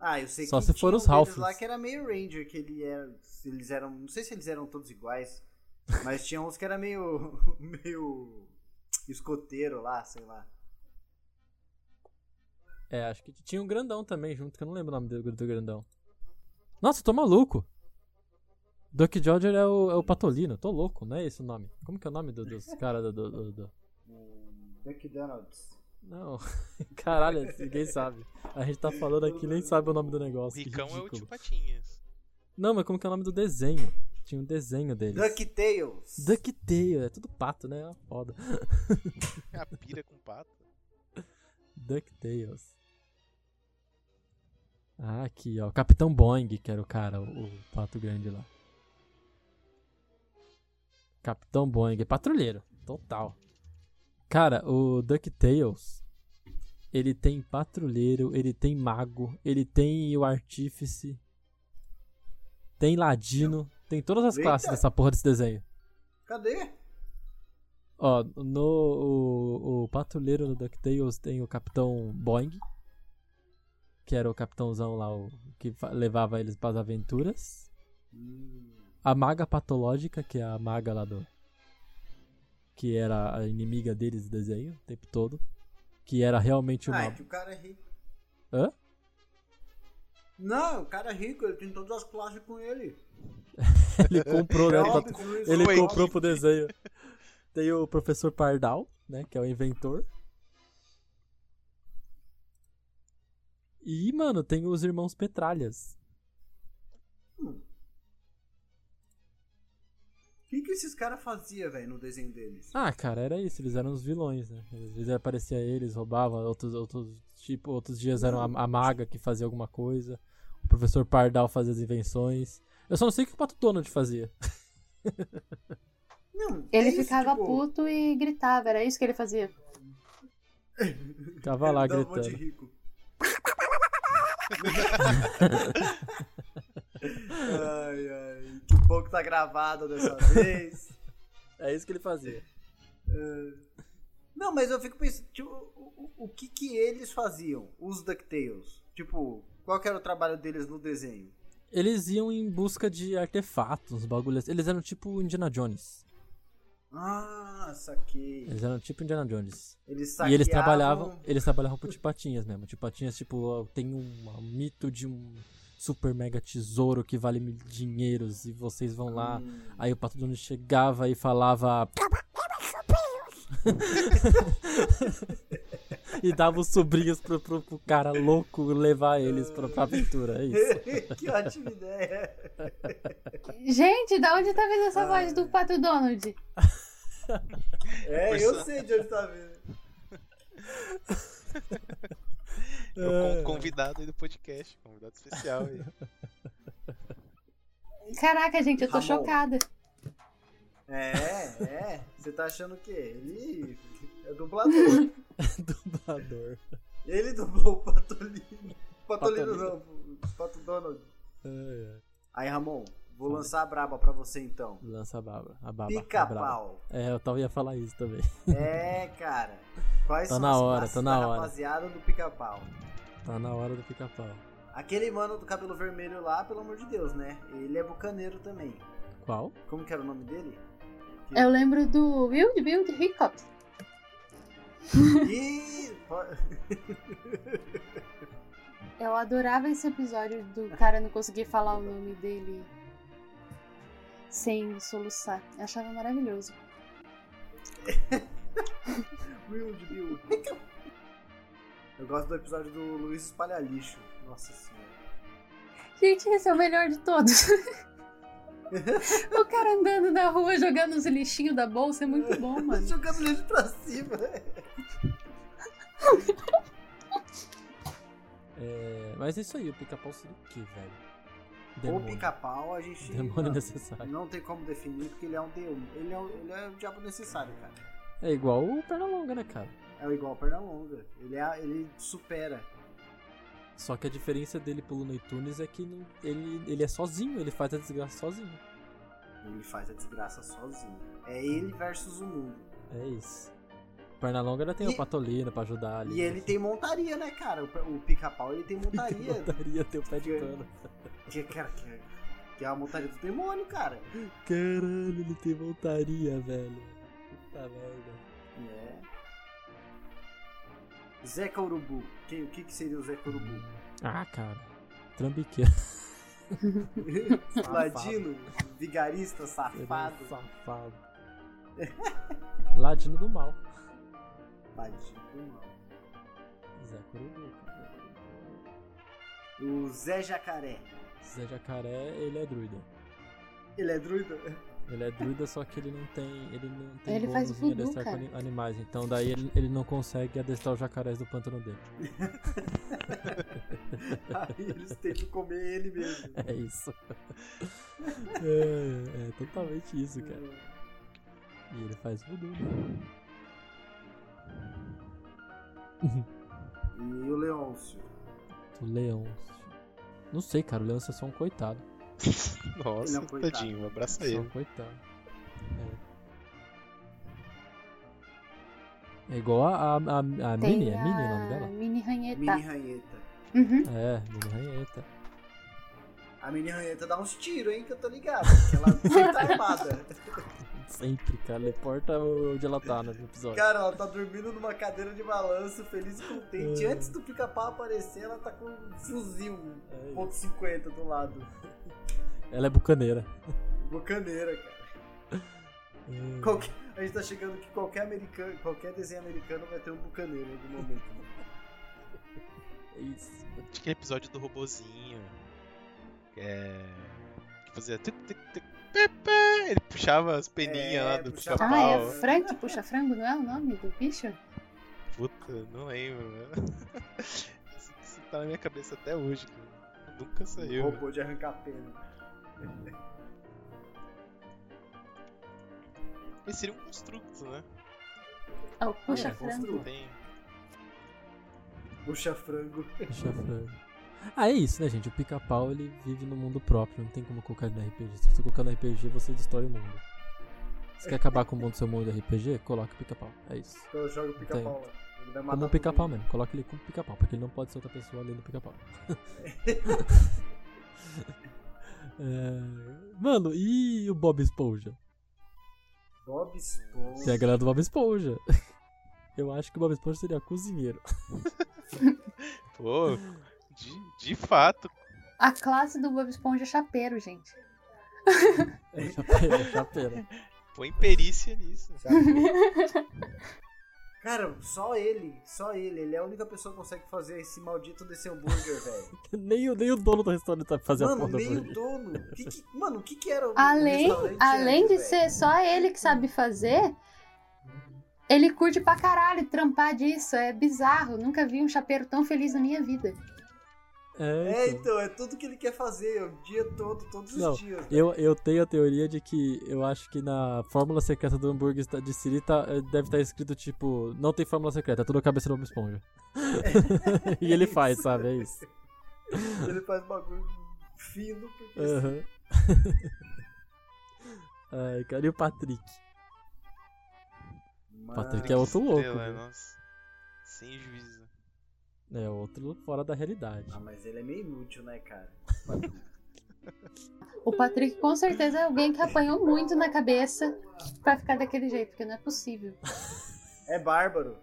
Ah, eu sei
Só
que
se
tinha
for
um
os
deles
Ralphs.
lá que era meio Ranger, que ele era, se eles eram, não sei se eles eram todos iguais, mas tinha uns que era meio meio escoteiro lá, sei lá.
É, acho que tinha um grandão também junto, que eu não lembro o nome do, do grandão. Nossa, eu tô maluco. Duck Dodger é o, é o Patolino, tô louco, não é esse o nome. Como que é o nome do- dos caras do, do, do- do-
Hum, McDonald's.
Não, caralho, ninguém sabe. A gente tá falando aqui nem sabe o nome do
O
negócio. que
Ricão é o
ridículo.
Tio Patinhas.
Não, mas como que é o nome do desenho? Tinha um desenho deles.
DuckTales.
DuckTales, é tudo pato, né? É uma foda.
É A pira com pato.
DuckTales. Ah, aqui, ó. Capitão Boing, que era o cara, o, o pato grande lá. Capitão Boing, patrulheiro. Total. Cara, o DuckTales. Ele tem patrulheiro, ele tem mago, ele tem o artífice. Tem ladino. Tem todas as
Eita.
classes dessa porra desse desenho.
Cadê?
Ó, no o, o patrulheiro do DuckTales tem o Capitão Boing, que era o capitãozão lá o, que fa- levava eles pras aventuras.
Hum,
A maga patológica, que é a maga lá do que era a inimiga deles do desenho o tempo todo, que era realmente uma
Ah, é que o cara é rico.
Hã?
Não, o cara é rico, ele tem todas as classes com ele.
ele comprou, né,
É
o pat-
óbvio, Luiz
ele
Boy.
Boing.
comprou pro desenho. Tem o professor Pardal, né, que é o inventor. E, mano, tem os irmãos Petralhas.
O que, que esses caras faziam, velho, no desenho deles?
Ah, cara, era isso, eles eram os vilões, né? Às vezes aparecia eles, roubava, outros, outros, tipo, outros dias eram a, a maga que fazia alguma coisa, o professor Pardal fazia as invenções. Eu só não sei o que o Pato Donald fazia.
Não,
Ele
é isso,
ficava
tipo,
puto e gritava, era isso que ele fazia.
Tava lá
dá um monte de
gritando.
rico. ai, ai. Que bom que tá gravado dessa vez.
É isso que ele fazia.
Não, mas eu fico pensando, tipo, o, o- o que que eles faziam, os DuckTales? Tipo, qual que era o trabalho deles no desenho?
Eles iam em busca de artefatos, bagulhos. Eles eram tipo Indiana Jones.
Ah, saquei.
Eles eram tipo Indiana Jones.
Eles
E eles
saqueavam-
trabalhavam, eles trabalhavam por tipatinhas mesmo. Tipatinhas, tipo, ó, tem um, um mito de um super mega tesouro que vale mil dinheiros e vocês vão lá.
Hum.
Aí o Pato Donald chegava e falava. e dava os sobrinhos pro, pro, pro cara louco levar eles pra, pra aventura. É isso.
que ótima ideia.
Gente, da onde tá vindo
Ah.
essa voz do Pato Donald?
É,
Person-
eu sei de onde tá vindo.
É o con- convidado aí do podcast, convidado especial aí.
Caraca, gente, eu tô
Ramon.
chocada.
É, é. Você tá achando o quê? Ele é dublador.
Dublador.
Ele dublou o Patolino. Patolino
Patolino.
não, o Pato Donald.
Ai, ai.
Aí, Ramon, vou
Fala.
lançar a braba pra você então.
Lança a baba. A baba. a braba.
Pica-pau.
É, eu tava ia falar isso também.
É, cara. Quais
Tá
são
na
as
hora,
classes
tá na
da
hora.
rapaziada do pica-pau?
Tá na hora do pica-pau.
Aquele mano do cabelo vermelho lá, pelo amor de Deus, né? Ele é bucaneiro também.
Qual?
Como que era o nome dele?
Eu lembro do Wild Wild Hiccups.
Ih, po-
Eu adorava esse episódio do cara não conseguir falar o nome dele sem soluçar. Eu achava maravilhoso.
Wild Bill. Eu gosto do episódio do Luiz Espalha Lixo. Nossa senhora.
Gente, esse é o melhor de todos. o cara andando na rua jogando os lixinhos da bolsa é muito bom, mano.
Jogando lixo pra cima.
É, mas é isso aí, o pica-pau seria o quê, velho?
Ou pica-pau, a gente.
Demônio
mano,
necessário.
Não tem como definir, porque ele é um deus. Ele é, um- ele é o diabo necessário, cara.
É igual o Pernalonga, né, cara?
É igual a perna longa. Ele, é, ele supera.
Só que a diferença dele pro Looney Tunes é que não- ele, ele é sozinho, ele faz a desgraça sozinho.
Ele faz a desgraça sozinho. É ele versus o mundo.
É isso. Pernalonga ainda tem
E-
o Patolino pra ajudar ali. né?
E ele tem montaria, né, cara? O, pe- o pica-pau ele tem montaria.
Botaria teu pé de
Que-
pano.
que, cara, que, que é a montaria do demônio, cara.
Caralho, ele tem montaria, velho. Puta merda.
É. Zeca Urubu. Quem- o que, que seria o Zeca Urubu?
Ah, cara. Trambiqueiro.
Ladino?
Ele
Vigarista?
é um
Safado?
Safado. Ladino do mal.
Ladino do mal.
Zé Corubu, cara.
O Zé Jacaré.
Zé Jacaré, ele é druida.
Ele é druida?
Ele é druida, só que ele não tem. Ele não tem
Ele faz
bônus em
voodoo,
adestrar com
cara.
ani- animais. Então daí ele, ele não consegue adestrar os jacarés do pântano dele.
Aí eles tentam comer ele mesmo.
É isso. é, é totalmente isso, cara. E ele faz voodoo, né?
E o Leôncio?
O leão. Não sei, cara. O leão é só um coitado.
Nossa,
Não, coitado.
tadinho, abraça
Só um
ele.
coitado. É. É igual a, a, a, a
Tem
Minnie, é Minnie o nome dela?
Mini Ranheta.
Mini Ranheta.
Uhum.
É, Minnie Ranheta.
A mini ranheta dá uns tiros, hein, que eu tô ligado. Porque ela sempre tá armada.
Sempre, cara. Ele porta onde ela tá no episódio.
Cara, ela tá dormindo numa cadeira de balanço, feliz e contente. Antes do pica-pau aparecer, ela tá com um fuzil um
É isso.
ponto .50 do lado.
Ela é bucaneira.
Bocaneira, cara.
É.
Qualquer- A gente tá chegando que qualquer americano, qualquer desenho americano vai ter um bucaneiro em algum momento. né?
É Isso.
Acho que é episódio do robozinho. É. Que fazia. tuc, tuc, tuc, pé, pé. Ele puxava as peninhas
É,
lá do
puxava-
pica-pau.
Ah, é
Pau.
Frank Puxa Frango, não é o nome do bicho?
Puta, não lembro, mano. Isso, isso tá na minha cabeça até hoje, cara. Nunca
Um
saiu.
robô de arrancar pena.
Mas seria um construto, né?
É o puxa
É,
frango.
Tem...
Puxa frango.
Puxa frango. Ah, é isso, né, gente? O pica-pau ele vive no mundo próprio, não tem como colocar ele no RPG. Se você colocar no RPG, você destrói o mundo. Você quer acabar com o mundo do seu mundo é de RPG? Coloca o pica-pau. É isso.
Então eu jogo o pica-pau lá. Ele vai matar
Como um
todo
pica-pau
mundo.
mesmo. Coloca ele como pica-pau, porque ele não pode ser outra pessoa além do pica-pau. É, Mano, e o Bob Esponja?
Bob
Tem a
Esponja.
galera do Bob Esponja. Eu acho que o Bob Esponja seria cozinheiro.
Pô, de, de fato.
A classe do Bob Esponja é chapeiro, gente.
É chapeira, é chapeira.
Põe perícia nisso.
Cara, só ele, só ele. Ele é a única pessoa que consegue fazer esse maldito desse hambúrguer, velho.
Nem, o- nem o dono do restaurante sabe fazer a
Mano,
porra do
nem
hambúrguer.
o dono. Que que- mano, o que que era o o
Além,
restaurante
além de
antes, velho?
ser só ele que sabe fazer, ele curte pra caralho trampar disso. É bizarro. Nunca vi um chapeiro tão feliz na minha vida.
É, então, é tudo que ele quer fazer o dia todo, todos
Não,
os dias. né? velho.
Eu, eu tenho a teoria de que eu acho que na fórmula secreta do hambúrguer está- de Siri tá- eh, deve estar escrito tipo, não tem fórmula secreta, é tudo a cabeça do Bob Esponja. e ele faz, sabe? É isso.
Ele faz bagulho fino porque assim,
Aham. Ai, cara, e o Patrick?
Mano,
Patrick é outro louco,
Estrela,
viu?
nossa. Sem juízo.
É outro fora da realidade.
Ah, mas ele é meio inútil, né, cara?
O Patrick com certeza é alguém que apanhou muito na cabeça pra ficar daquele jeito, porque não é possível.
É bárbaro.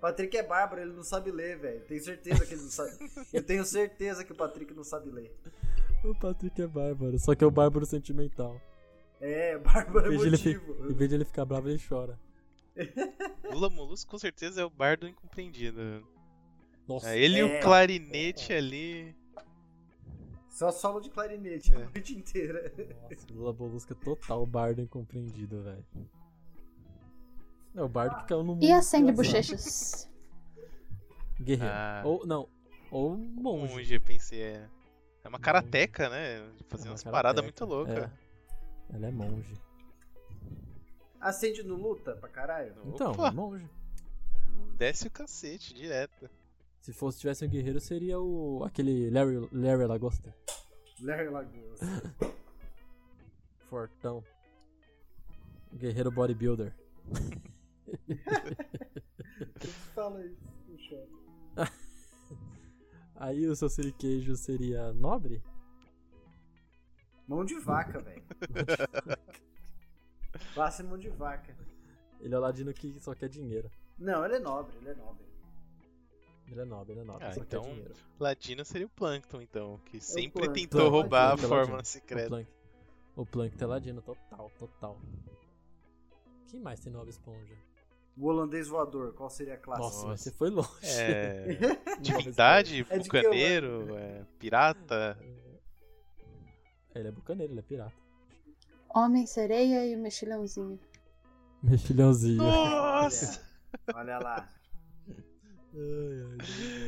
Patrick é bárbaro, ele não sabe ler, velho. Tenho certeza que ele não sabe. Eu tenho certeza que o Patrick não sabe ler.
O Patrick é bárbaro, só que é o bárbaro sentimental.
É, bárbaro é
Veja ele fi- Em
motivo.
vez de ele ficar bravo, ele chora.
Lula Molusco com certeza é o bar do incompreendido.
Nossa,
Ah, ele e
É.
o clarinete ali.
Só solo de clarinete
É.
a noite inteira.
Nossa, Lula Molusco é total bardo incompreendido, velho. É o bardo que caiu no mundo.
E acende
engraçado.
bochechas.
Guerreiro.
Ah.
Ou, não. Ou um É. monge.
Monge, eu pensei, é. É uma karateca, né? Fazer
É uma
umas
karateca,
paradas muito loucas.
É. Ela é monge.
Acende no luta pra caralho.
Então,
Opa.
é monge.
Desce o cacete direto.
Se fosse tivesse um guerreiro, seria o. aquele Larry, Larry Lagosta.
Larry Lagoas.
Fortão. Guerreiro bodybuilder.
Fala isso, puxa.
Aí o seu siriqueijo seria nobre?
Mão de vaca, velho. Passa mão de vaca.
Ele é o ladino que só quer dinheiro.
Não, ele é nobre, ele é nobre.
Ele é nobre, ele é nobre,
Ah,
só
então,
quer dinheiro. O
Ladino seria o Plankton, então, que sempre
Plankton.
tentou roubar
Plankton,
a fórmula
Ladino.
secreta.
Plank. O Plank é ladino, total, total. Quem mais tem nova esponja?
O holandês voador, qual seria a classe?
Nossa, mas
Nossa.
você foi longe.
É.
Nova
Divindade,
É de que
bucaneiro, é, pirata.
É. Esponja. Ele é bucaneiro, ele é pirata.
Homem, sereia e o mexilhãozinho.
Mexilhãozinho.
Nossa!
Olha lá.
Ai,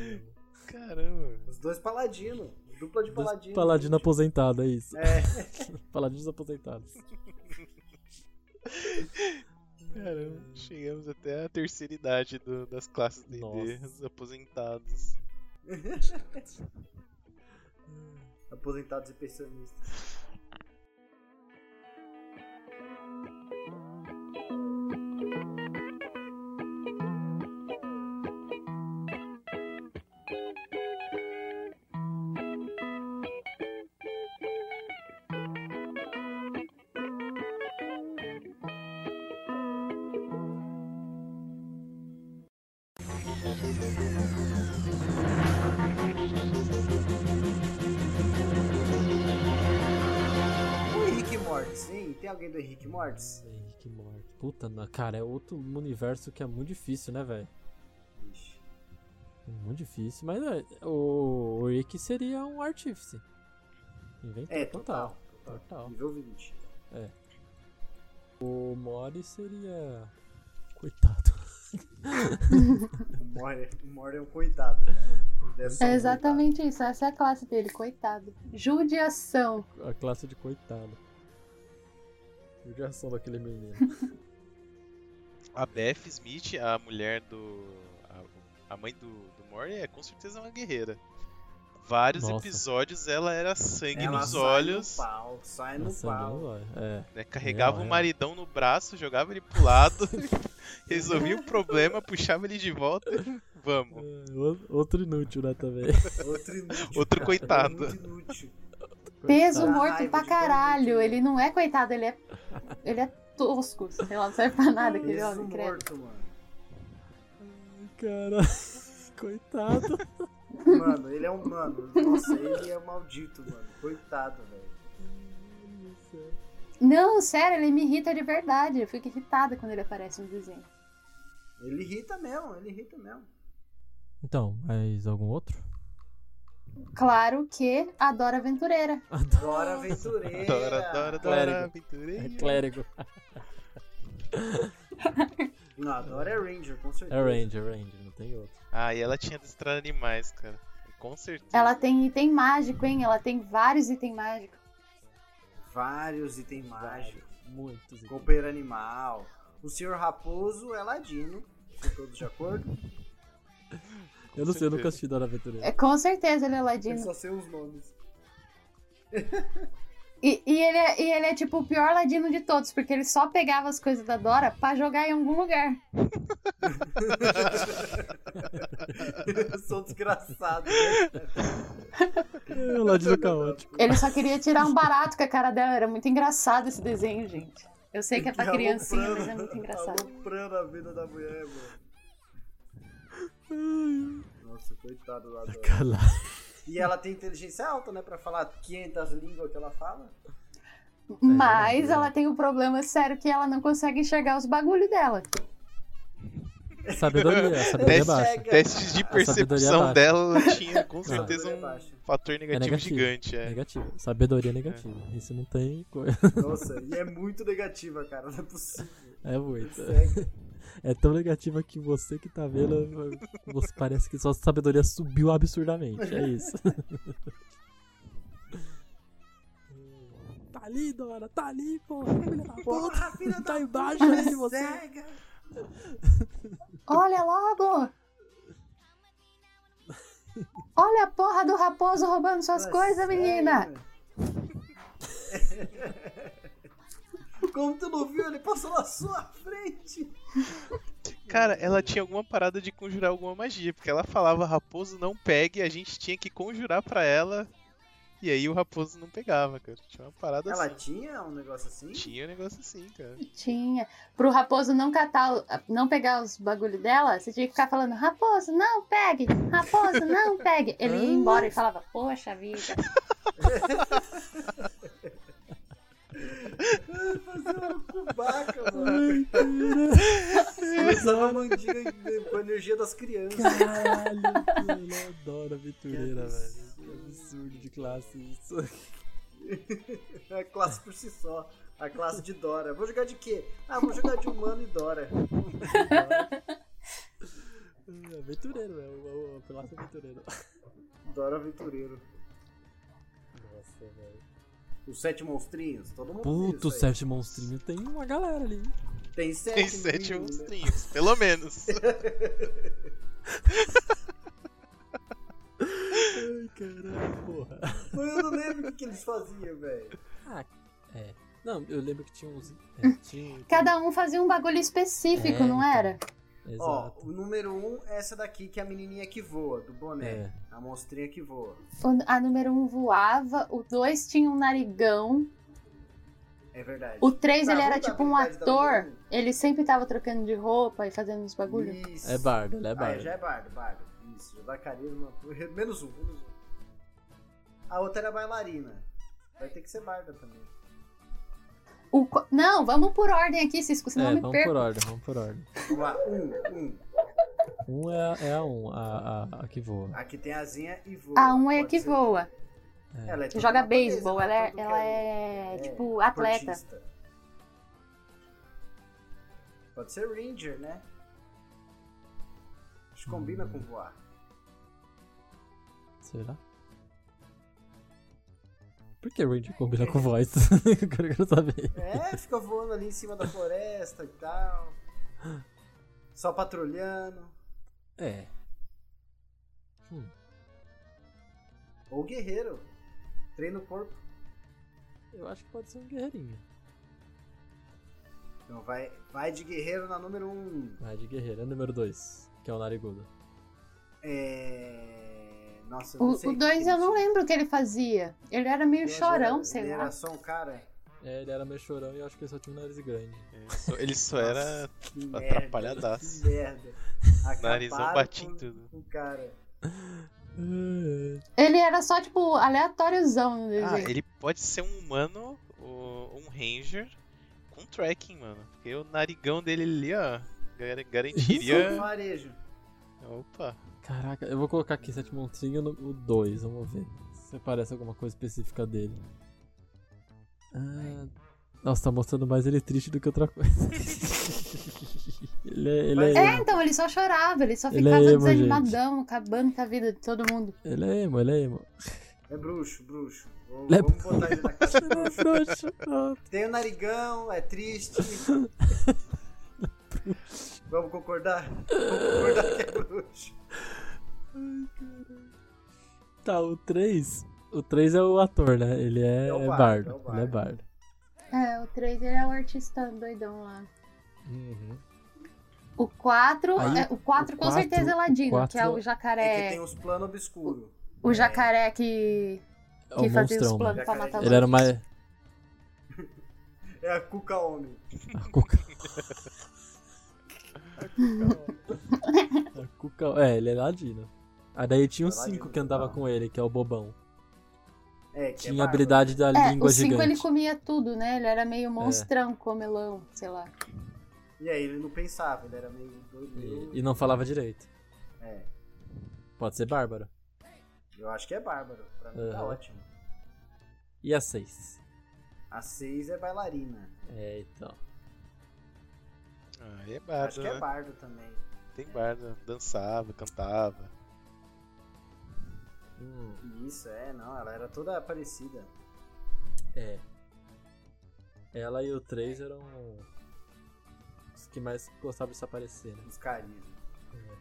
ai,
Caramba!
Os dois paladinos. Dupla de paladino.
Paladino aposentado, é isso.
É.
Paladinos aposentados.
Caramba, chegamos até a terceira idade do- das classes D&D,
Nossa.
os aposentados.
Aposentados e pensionistas. O Henrique Mortes, hein? Tem alguém do Henrique Mortes?
Henrique Morte. Puta, na- cara, é outro universo que é muito difícil, né, velho?
Ixi.
É muito difícil, mas é, o, o Rick seria um artífice. Inventor
É,
total.
total.
Total.
Nível 20.
O Mori seria. Coitado.
O Mor- o Mor é um coitado. Dessa
É exatamente isso, essa é a classe dele, coitado. Judiação.
A classe de coitado. Eu já sou daquele menino.
A Beth Smith, a mulher do. A, a mãe do, do Morty, é com certeza uma guerreira. Vários
Nossa.
episódios ela era sangue
Ela
nos
sai
olhos,
no pau, sai no
Nossa,
pau.
não, é.
né, carregava
Não,
o
é.
maridão no braço, jogava ele pro lado, resolvia o problema, puxava ele de volta. Vamos.
É, o- Outro inútil, né, também.
Outro inútil.
Outro
cara,
coitado.
Muito inútil.
Peso
Dá
morto
raiva
pra
de tão inútil.
caralho. Ele não é coitado, ele é. Ele é tosco. Sei lá, não serve pra nada aquele
Peso
homem, credo.
morto, mano.
Cara, coitado.
Mano, ele é um mano. Nossa, ele é maldito, mano. Coitado, velho.
Não, sério, ele me irrita de verdade. Eu fico irritada quando ele aparece no desenho.
Ele irrita mesmo, ele irrita mesmo.
Então, mas algum outro?
Claro que adora aventureira.
Dora Aventureira.
Dora, dora,
Clérigo.
dora, aventureira.
É clérigo.
Não, a Dora é Ranger, com
É
certeza.
Ranger, Ranger, não tem outro.
Ah, e ela tinha destrado animais, cara. Com certeza.
Ela tem item mágico, hein? Ela tem vários itens mágicos.
Vários itens mágicos.
Muitos. itens.
Companheiro animal. O Senhor Raposo é ladino. Estão todos de acordo?
Eu não sei, eu nunca
certeza.
assisti Dora Aventureira.
É, com certeza ele é
Eu
ladino.
só sei os nomes.
E, e ele é, e ele é tipo o pior ladino de todos, porque ele só pegava as coisas da Dora pra jogar em algum lugar.
Eu sou desgraçado. né?
É, o Ladino Caótico.
Ele só queria tirar um barato com a cara dela. Era muito engraçado esse desenho, gente. Eu sei que é pra criancinha, mas é
Tá
muito engraçado.
Aloprando a vida da mulher, mano. Nossa, coitado da Dora.
Cala.
E ela tem inteligência alta, né? Pra falar 500 línguas que ela fala.
Mas ela tem um problema sério que ela não consegue enxergar os bagulhos dela.
Sabedoria, sabedoria
Teste,
baixa.
baixa.
testes de
sabedoria
percepção
é baixa.
dela ela tinha com certeza
Sabedoria
um
é baixa.
fator negativo,
negativo.
gigante. É.
Negativo. Sabedoria negativa. Isso não tem coisa.
Nossa, e é muito negativa, cara. Não é possível.
É muito.
Segue.
É tão negativa que você que tá vendo, você parece que sua sabedoria subiu absurdamente. É isso. tá ali, Dora, tá ali, porra. Filha da puta.
Porra, filha da né,
Tá embaixo ali de você.
cega.
Olha logo! Olha a porra do raposo roubando suas
É
Tá
coisas,
cega.
menina!
Como tu não viu, ele passou na sua frente.
Cara, ela tinha alguma parada de conjurar alguma magia, porque ela falava raposo não pegue, a gente tinha que conjurar pra ela. E aí o raposo não pegava, cara. Tinha uma parada
Ela
assim.
tinha um negócio assim?
Tinha um negócio assim, cara.
Tinha. Pro raposo não catar, o- não pegar os bagulho dela, você tinha que ficar falando, raposo, não pegue! Raposo, não pegue! Ele ia embora e falava, poxa vida.
Fazer uma cubaca, mano. Usava mandinga com a energia das crianças.
Caralho, velho, eu adoro aventureira,
Que
velho.
absurdo.
Que absurdo de classe isso.
É A classe por si só. A classe de Dora. Vou jogar de quê? Ah, vou jogar de humano e Dora.
É, Aventureiro, velho. o- o- o Classe é aventureira.
Dora Aventureiro.
Nossa, velho.
Os sete monstrinhos. Todo mundo viu
Puto,
isso aí.
Sérgio Monstrinho tem uma galera ali.
Tem sete.
Tem sete
meninos, né?
monstrinhos, pelo menos.
Ai, caralho, porra.
Mas eu não lembro o que, que eles faziam, velho.
É. Não, eu lembro que tinha uns. É, tinha...
Cada um fazia um bagulho específico,
É,
não
então.
era?
Ó,
Exato.
o número um é essa daqui, que é a menininha que voa, do boné.
É.
A monstrinha que voa.
O- A número um voava, o dois tinha um narigão,
É verdade.
o três
Tá,
ele era
vamos dar
tipo um
habilidade da
ator,
Lulu?
ele sempre tava trocando de roupa e fazendo uns bagulhos.
Isso.
É bardo, ele é
Ah,
bardo.
já é bardo, bardo. Isso, já dá carisma. Menos um, menos um. A outra era bailarina. Vai ter que ser barda também.
O qu- Não, vamos por ordem aqui, Cisco, senão
É,
eu me
vamos por
perco.
ordem, vamos por ordem.
Vamos lá, um, um.
Um é, a- é a um, a, a, a que voa.
Aqui tem a asinha e voa.
A um é a
Pode
que
ser.
voa,
Ela é toda
joga
uma beleza,
beisebol,
né?
ela é,
Todo
ela
cara-
é
é,
tipo atleta.
portista. Pode ser ranger, né? Acho que combina com voar.
Será? Por que Ranger combina com voz? Eu quero saber.
É, fica voando ali em cima da floresta e tal. Só patrulhando.
É.
Ou guerreiro. Treina o corpo.
Eu acho que pode ser um guerreirinho.
Então vai, vai de guerreiro na número 1. Um.
Mas de guerreiro é o número 2, que é o narigudo.
É. Nossa, eu não sei
O 2
que
eu não
ele
lembro o que ele fazia. Ele era
tinha.
meio
Ele
chorão,
era-
sei
ele
lá.
Era só um cara.
É, ele era meio chorão e eu acho que ele só tinha um nariz grande.
Ele só, ele só era
Que merda,
Atrapalhadaço.
Que merda.
narizão
Acabaram
batia em
com-
tudo.
com O cara.
Ele era só, tipo, aleatóriozão né, no desenho.
Ah, ele pode ser um humano ou um ranger com tracking, mano. Porque o narigão dele ali, ó, gar-
É.
Só um
garantiria.
farejo.
Opa,
Caraca, eu vou colocar aqui Sete Montinho no o 2, vamos ver. Se parece alguma coisa específica dele. Ah, nossa, tá mostrando mais ele triste do que outra coisa. ele é. Ele
Mas-
é,
É, então, ele só chorava, ele só
Ele
ficava
é emo,
desanimadão, acabando com a vida de todo mundo.
ele é emo, ele é emo.
É bruxo, bruxo. Vamos,
Ele é
vamos botar ele na casa de
Ele é
bruxo.
frouxo. Ah,
Tem o narigão, é triste. Vamos concordar? Vamos concordar que é bruxo.
Tá, o 3. O 3 é o ator, né? Ele é,
É o
é bardo.
bardo, é o
Ele é bardo.
É, o 3 ele é o artista doidão lá.
Uhum.
O 4,
Aí,
o 4
o
com
quatro-
certeza é
o
Ladino, que é
quatro
o
É que
jacaré.
tem uns planos obscuros.
O jacaré que,
É
que
o
fazia os
monstrão,
planos
mano.
né?
pra matar os
Ele era
outros.
mais.
É a cuca homem.
A cuca. A cuca. É, ele é ladino. Aí daí tinha os
É ladino,
cinco que andava
total.
com ele, que é o bobão.
É, que é
Tinha a
bárbaro.
habilidade da
É,
língua
o 5
gigante.
ele comia tudo, né? Ele era meio monstrão, comelão, sei lá.
E aí ele não pensava, ele era meio doido.
E, e não falava direito.
É.
Pode ser bárbaro.
Eu acho que é bárbaro. Pra mim tá
Aham.
ótimo.
E a seis?
A 6 é bailarina.
É, então.
aí é
Acho
bardo,
que é
né?
bardo também.
Tem bardo, dançava, cantava.
Hum,
Isso, é, não. Ela era toda parecida.
é. Ela e o três eram. Os que mais gostavam de se aparecer, né?
Os carinhos.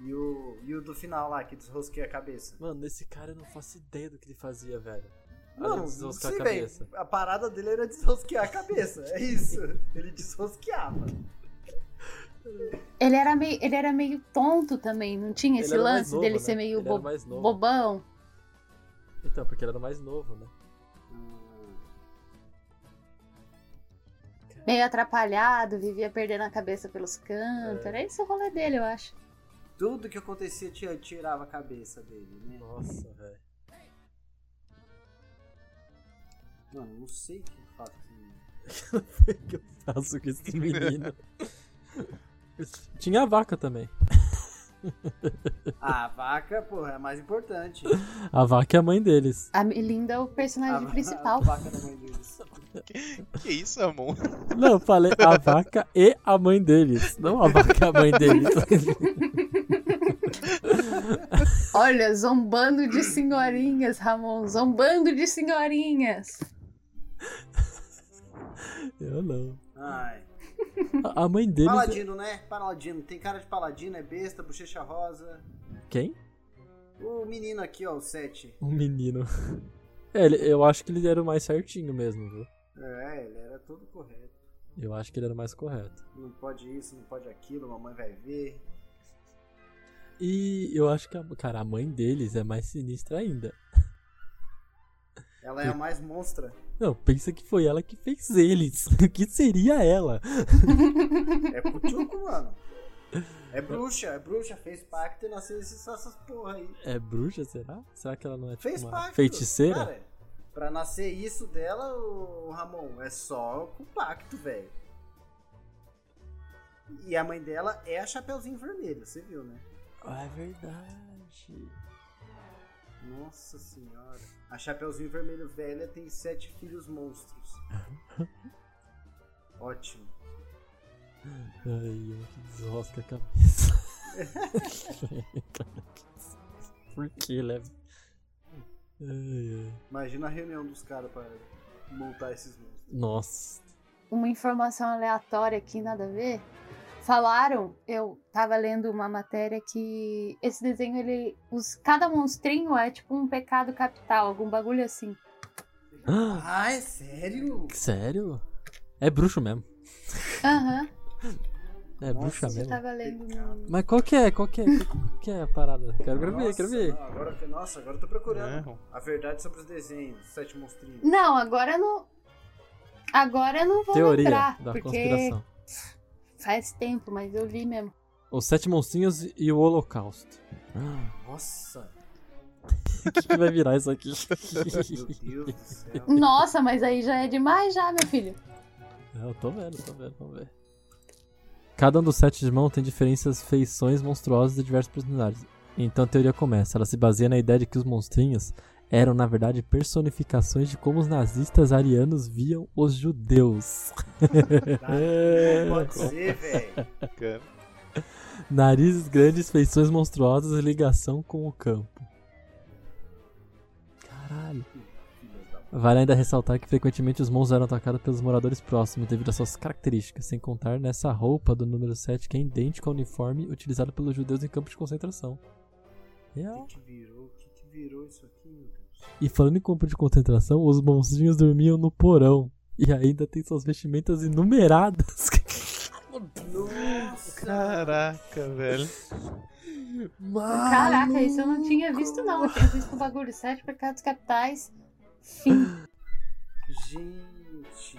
E o, e o do final lá, que desrosqueia a cabeça.
Mano, esse cara eu não faço ideia do que ele fazia, velho. Além
Não,
de
não
desroscar
sei,
a
velho.
cabeça.
A parada dele era desrosquear a cabeça. É isso. Ele desrosqueava.
Ele era meio, ele era meio tonto também, não tinha esse
Ele era mais
lance
novo,
dele
né?
ser meio
Ele
bo-
era mais novo.
bobão.
Então, porque ele era o mais novo, né? É.
Meio atrapalhado, vivia perdendo a cabeça pelos cantos.
É.
Era esse o rolê dele, eu acho.
Tudo que acontecia tira- tirava a cabeça dele, né?
Nossa, velho.
Mano, não sei o que fato que.
O que eu faço com esse menino? Tinha a vaca também.
Ah, a vaca, porra, é a mais importante.
A vaca é a mãe deles.
A Melinda é o personagem
Ah,
a,
principal.
A vaca da Ah, mãe deles.
Que isso, Ramon?
Não, eu falei a vaca e a mãe deles. Não a vaca e a mãe deles.
Olha, zombando de senhorinhas, Ramon. Zombando de senhorinhas.
Eu não.
Ai.
A a mãe deles.
Paladino, né? Paladino. Tem cara de paladino, é besta, bochecha rosa.
Quem?
O menino aqui, ó, o 7.
Um menino. É, ele- eu acho que ele era o mais certinho mesmo, viu?
É, ele era todo correto.
Eu acho que ele era o mais correto.
Não pode isso, não pode aquilo, mamãe vai ver.
E eu acho que a, cara, a mãe deles é mais sinistra ainda.
Ela é a mais monstra.
Não, pensa que foi ela que fez eles. O que seria ela?
É putioco, mano. É bruxa, é bruxa, fez pacto e nasceu esses- essas porra aí.
É bruxa, será? Será que ela não é tipo
Fez
uma
pacto.
feiticeira?
Cara, pra nascer isso dela, o Ramon, é só com pacto, velho. E a mãe dela é a Chapeuzinho Vermelho, você viu, né?
Ah, é verdade.
Nossa senhora. A Chapeuzinho Vermelho velha tem sete filhos monstros. Ótimo.
Ai, eu que desrosca a cabeça. Por que, Leve? Ai, ai.
Imagina a reunião dos caras pra multar esses monstros.
Nossa.
uma informação aleatória aqui, nada a ver. Falaram, eu tava lendo uma matéria que esse desenho, ele. Os, cada monstrinho é tipo um pecado capital, algum bagulho assim.
Ah,
Ah, é sério?
Sério? É bruxo mesmo.
Aham,
É bruxa
Nossa,
eu
mesmo.
tava lendo. no-
Mas qual que é? Qual que é? Qual que é a parada? Quero quero ver, quero
Nossa,
ver.
não, agora, que- nossa, agora eu tô procurando.
Não.
A verdade sobre os desenhos, os sete monstrinhos.
Não, agora eu não. Agora eu não vou
Teoria
lembrar,
da
porque
conspiração.
faz tempo, mas eu li mesmo.
Os sete monstrinhos e o holocausto. Ah,
Nossa,
O que, que vai virar isso aqui?
meu Deus do céu.
Nossa, mas aí já é demais já, meu filho.
É, eu tô vendo, tô vendo, vamos ver. Cada um dos sete irmãos tem diferentes feições monstruosas de diversos personagens. Então a teoria começa. Ela se baseia na ideia de que os monstrinhos eram, na verdade, personificações de como os nazistas arianos viam os judeus. É,
Não pode ser, velho.
Bacana.
Narizes grandes, feições monstruosas e ligação com o campo. Caralho. Vale ainda ressaltar que frequentemente os monstros eram atacados pelos moradores próximos devido às suas características, sem contar nessa roupa do número 7 que é idêntica ao uniforme utilizado pelos judeus em campos de concentração.
O
Real.
que que virou? O que que virou isso aqui, meu Deus?
E falando em campo de concentração, os monstrinhos dormiam no porão. E ainda tem suas vestimentas enumeradas.
Nossa!
Caraca, velho.
Mano.
Caraca, isso eu não tinha visto, não. Eu tinha visto o bagulho, sete pecados capitais. Fim.
Gente.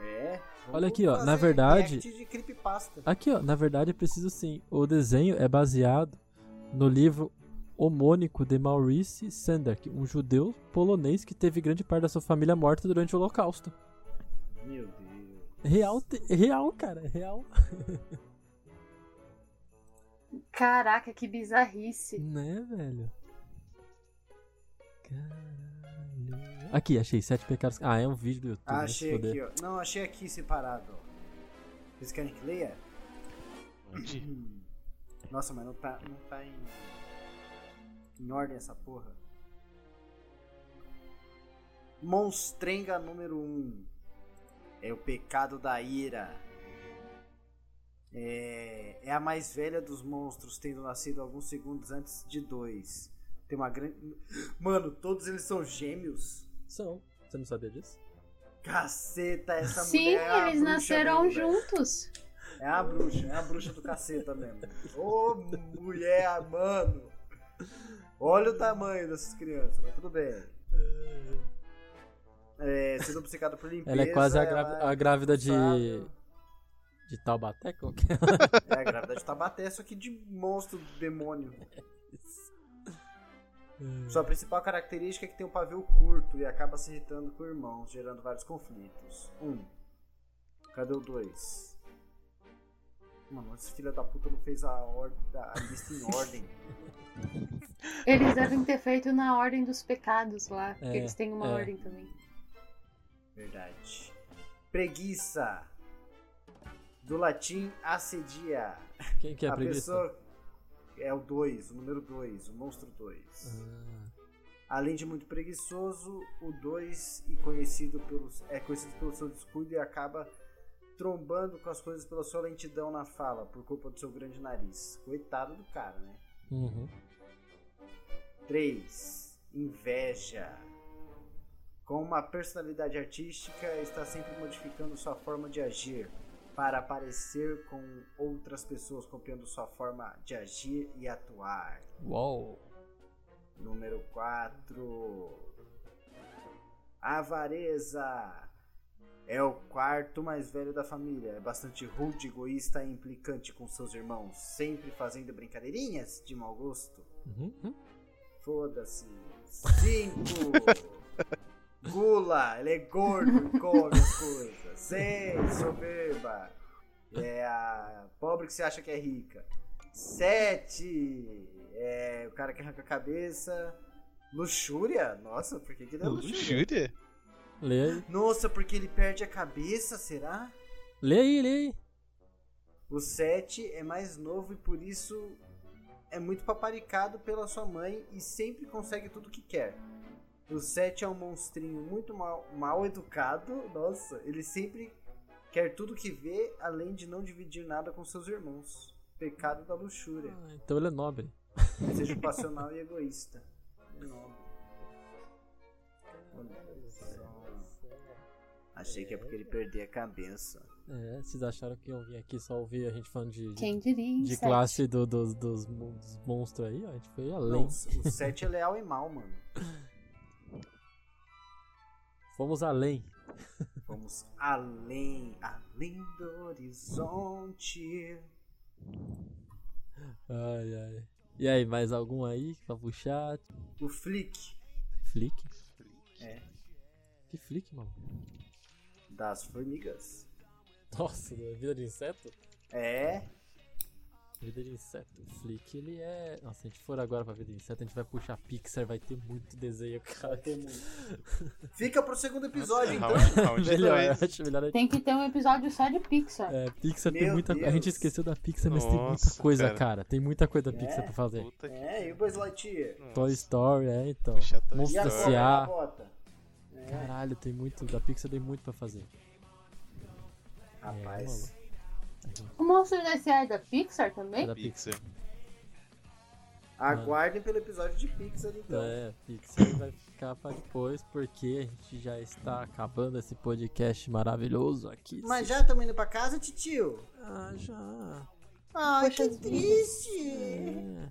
É. vamos
Olha aqui, ó,
fazer
na verdade-
react de creepypasta.
Aqui, ó, na verdade é preciso sim. O desenho é baseado no livro homônico de Maurice Sendak, um judeu polonês que teve grande parte da sua família morta durante o Holocausto.
Meu Deus.
Real, te- real, cara, real.
Caraca, que bizarrice.
Né, velho? Caralho. Aqui, achei sete pecados. Ah, é um vídeo do YouTube. vai se
Achei
foder.
aqui, ó. Não, achei aqui separado, ó. Vocês querem que leia?
Onde?
Hum. Nossa, mas não tá, não tá em. Em ordem essa porra. Monstrenga número 1. Um. É o pecado da ira. É, é a mais velha dos monstros, tendo nascido alguns segundos antes de dois. Tem uma grande. Mano, todos eles são gêmeos?
São. Você não sabia disso?
Caceta, essa
Sim,
mulher. é uma
eles
bruxa
nasceram
mesmo, velho.
juntos.
É a bruxa, é a bruxa do caceta mesmo. Ô mulher, mano! Olha o tamanho dessas crianças, mas tudo bem. É, sendo obcecada por limpeza.
Ela é quase a, grá-
ela
a
é
grávida de.
responsável.
de Taubaté? Qual que é?
É a grávida de Tabaté, só que de monstro, demônio.
é
Sua principal característica é que tem um pavio curto e acaba se irritando com irmãos, gerando vários conflitos. Um. Cadê o dois? Mano, esse filho da puta não fez a, or- a lista em ordem.
Eles devem ter feito na ordem dos pecados lá, porque
É,
eles têm uma
é.
ordem também.
Verdade. Preguiça. Do latim assedia.
Quem que é a
a
preguiça?
pessoa é o 2, o número 2, o monstro 2.
Ah.
Além de muito preguiçoso, o 2 e conhecido pelos é conhecido pelo seu descuido e acaba trombando com as coisas pela sua lentidão na fala, por culpa do seu grande nariz. Coitado do cara, né?
Uhum.
3. Inveja. Com uma personalidade artística, está sempre modificando sua forma de agir para aparecer com outras pessoas, copiando sua forma de agir e atuar.
Uau.
Número 4. Avareza. É o quarto mais velho da família. É bastante rude, egoísta e implicante com seus irmãos, sempre fazendo brincadeirinhas de mau gosto.
Uhum.
Foda-se. Cinco. Gula, ele é gordo e come as coisas. Seis, soberba. É a pobre que se acha que é rica. Sete, é o cara que arranca a cabeça. Luxúria? Nossa, por que que deu luxúria?
Luxúria?
Lê aí.
Nossa, porque ele perde a cabeça, será?
Lê aí, lê aí.
O 7 é mais novo e por isso é muito paparicado pela sua mãe e sempre consegue tudo que quer. O Seth é um monstrinho muito mal, mal educado, nossa, ele sempre quer tudo que vê, além de não dividir nada com seus irmãos. Pecado da luxúria.
Ah, Então ele é nobre.
Desejo passional e egoísta. É nobre. Olha só. Achei que é porque ele perdeu a cabeça.
É, vocês acharam que eu vim aqui só ouvir a gente falando de, de,
Quem diria?
de
Seth?
classe do- dos, dos, mon- dos monstros aí, ó. A gente foi além.
Não, o Seth é leal e mal, mano.
Fomos além.
Vamos além, além do horizonte.
Ai, ai. E aí, mais algum aí pra puxar?
O Flick
Flick?
É.
Que flick, mano?
das formigas.
Nossa, né? vida de inseto?
É,
Vida de inseto. Flick, ele é. Nossa, se a gente for agora pra vida de inseto, a gente vai puxar Pixar, vai ter muito desenho, cara.
fica pro segundo episódio, então.
é
melhor, eu acho melhor a gente.
Tem que ter um episódio só de Pixar.
É, Pixar tem
Meu
muita A
Deus.
gente esqueceu da Pixar, mas tem muita
Nossa,
coisa, cara.
cara.
Tem muita coisa da Pixar
É?
pra fazer.
Puta que
É, e o Buzz Lightyear?
Toy Story, é, então.
Puxa, Toy
E
Monstro
a
Story.
cobra na
S.A.
bota?
Caralho, tem muito. Da Pixar tem muito pra fazer. É,
Rapaz,
O Monstro da S.A. é da Pixar também?
Da
Pixar.
aguardem pelo episódio de Pixar, então.
É, Pixar vai ficar pra depois, porque a gente já está acabando esse podcast maravilhoso aqui.
Mas já estamos indo pra casa, titio?
Ah, já.
Ai,
Poxa
que
vida.
triste.
É.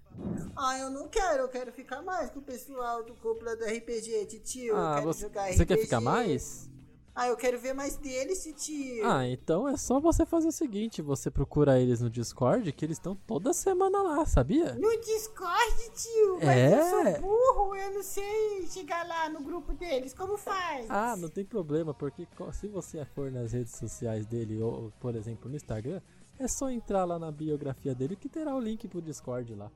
Ai, eu não quero, eu quero ficar mais com o pessoal do cúpula do RPG, titio. eu
Ah,
quero
você,
jogar
você quer
RPG.
ficar mais?
Ah, eu quero ver mais deles, titio.
Ah, então é só você fazer o seguinte: você procura eles no Discord, que eles estão toda semana lá, sabia?
No Discord, tio, mas
É.
eu sou burro, eu não sei chegar lá no grupo deles, como faz?
Ah, não tem problema, porque co- se você for nas redes sociais dele, ou por exemplo no Instagram, é só entrar lá na biografia dele que terá o link pro Discord lá.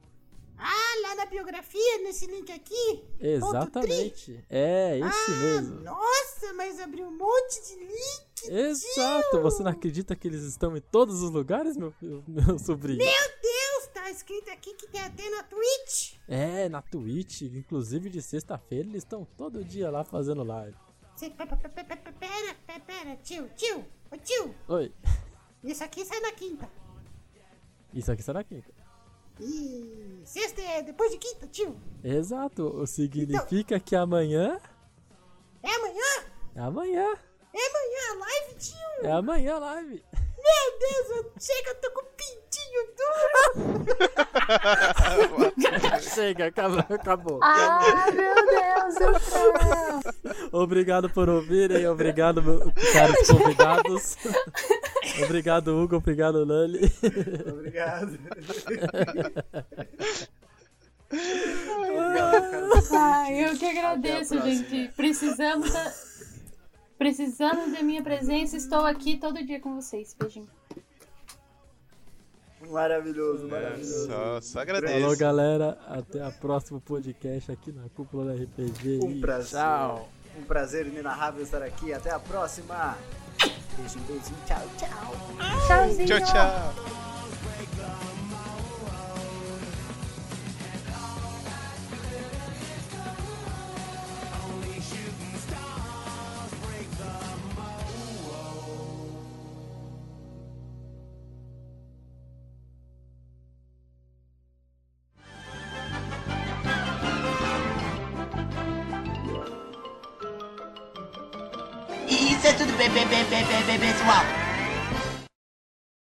Ah, lá na biografia, nesse link aqui?
Exatamente. É, esse mesmo.
Nossa, mas abriu um monte de link.
Exato. Você não acredita que eles estão em todos os lugares, meu, meu sobrinho?
Deus, tá escrito aqui que tem até na Twitch.
É, na Twitch, inclusive de sexta-feira, eles estão todo dia lá fazendo live.
Cê- pe- pe- pe- pe- pe- Pera, pe- pera, tio, tio, ô tio,
Oi,
isso aqui sai na quinta.
isso aqui será quinta.
E sexta é depois de quinta, tio.
Exato, o significa que amanhã
É amanhã?
é amanhã.
É amanhã a live, tio.
É amanhã a live.
Meu Deus, eu- chega, eu tô com o pintinho duro.
Chega, acabou, acabou.
Ah, meu Deus do céu!
Obrigado por ouvirem, obrigado, meu- caros convidados. obrigado, Hugo, obrigado, Lani.
Obrigado.
Ai, eu que agradeço,
Até a próxima.
gente. Precisamos da... Precisamos da minha presença. Estou aqui todo dia com vocês. Beijinho.
Maravilhoso,
É,
maravilhoso.
só, só
Falou,
É
agradeço.
galera. Até a próxima podcast aqui na Cúpula da RPG.
Um
E
prazer.
Tchau.
Um prazer inenarrável estar aqui. Até a próxima. Beijinho, beijinho. Tchau, tchau.
Tchauzinho.
Tchau, tchau.
E isso é tudo, bem, bem, bem, bem, bem, bem, pessoal.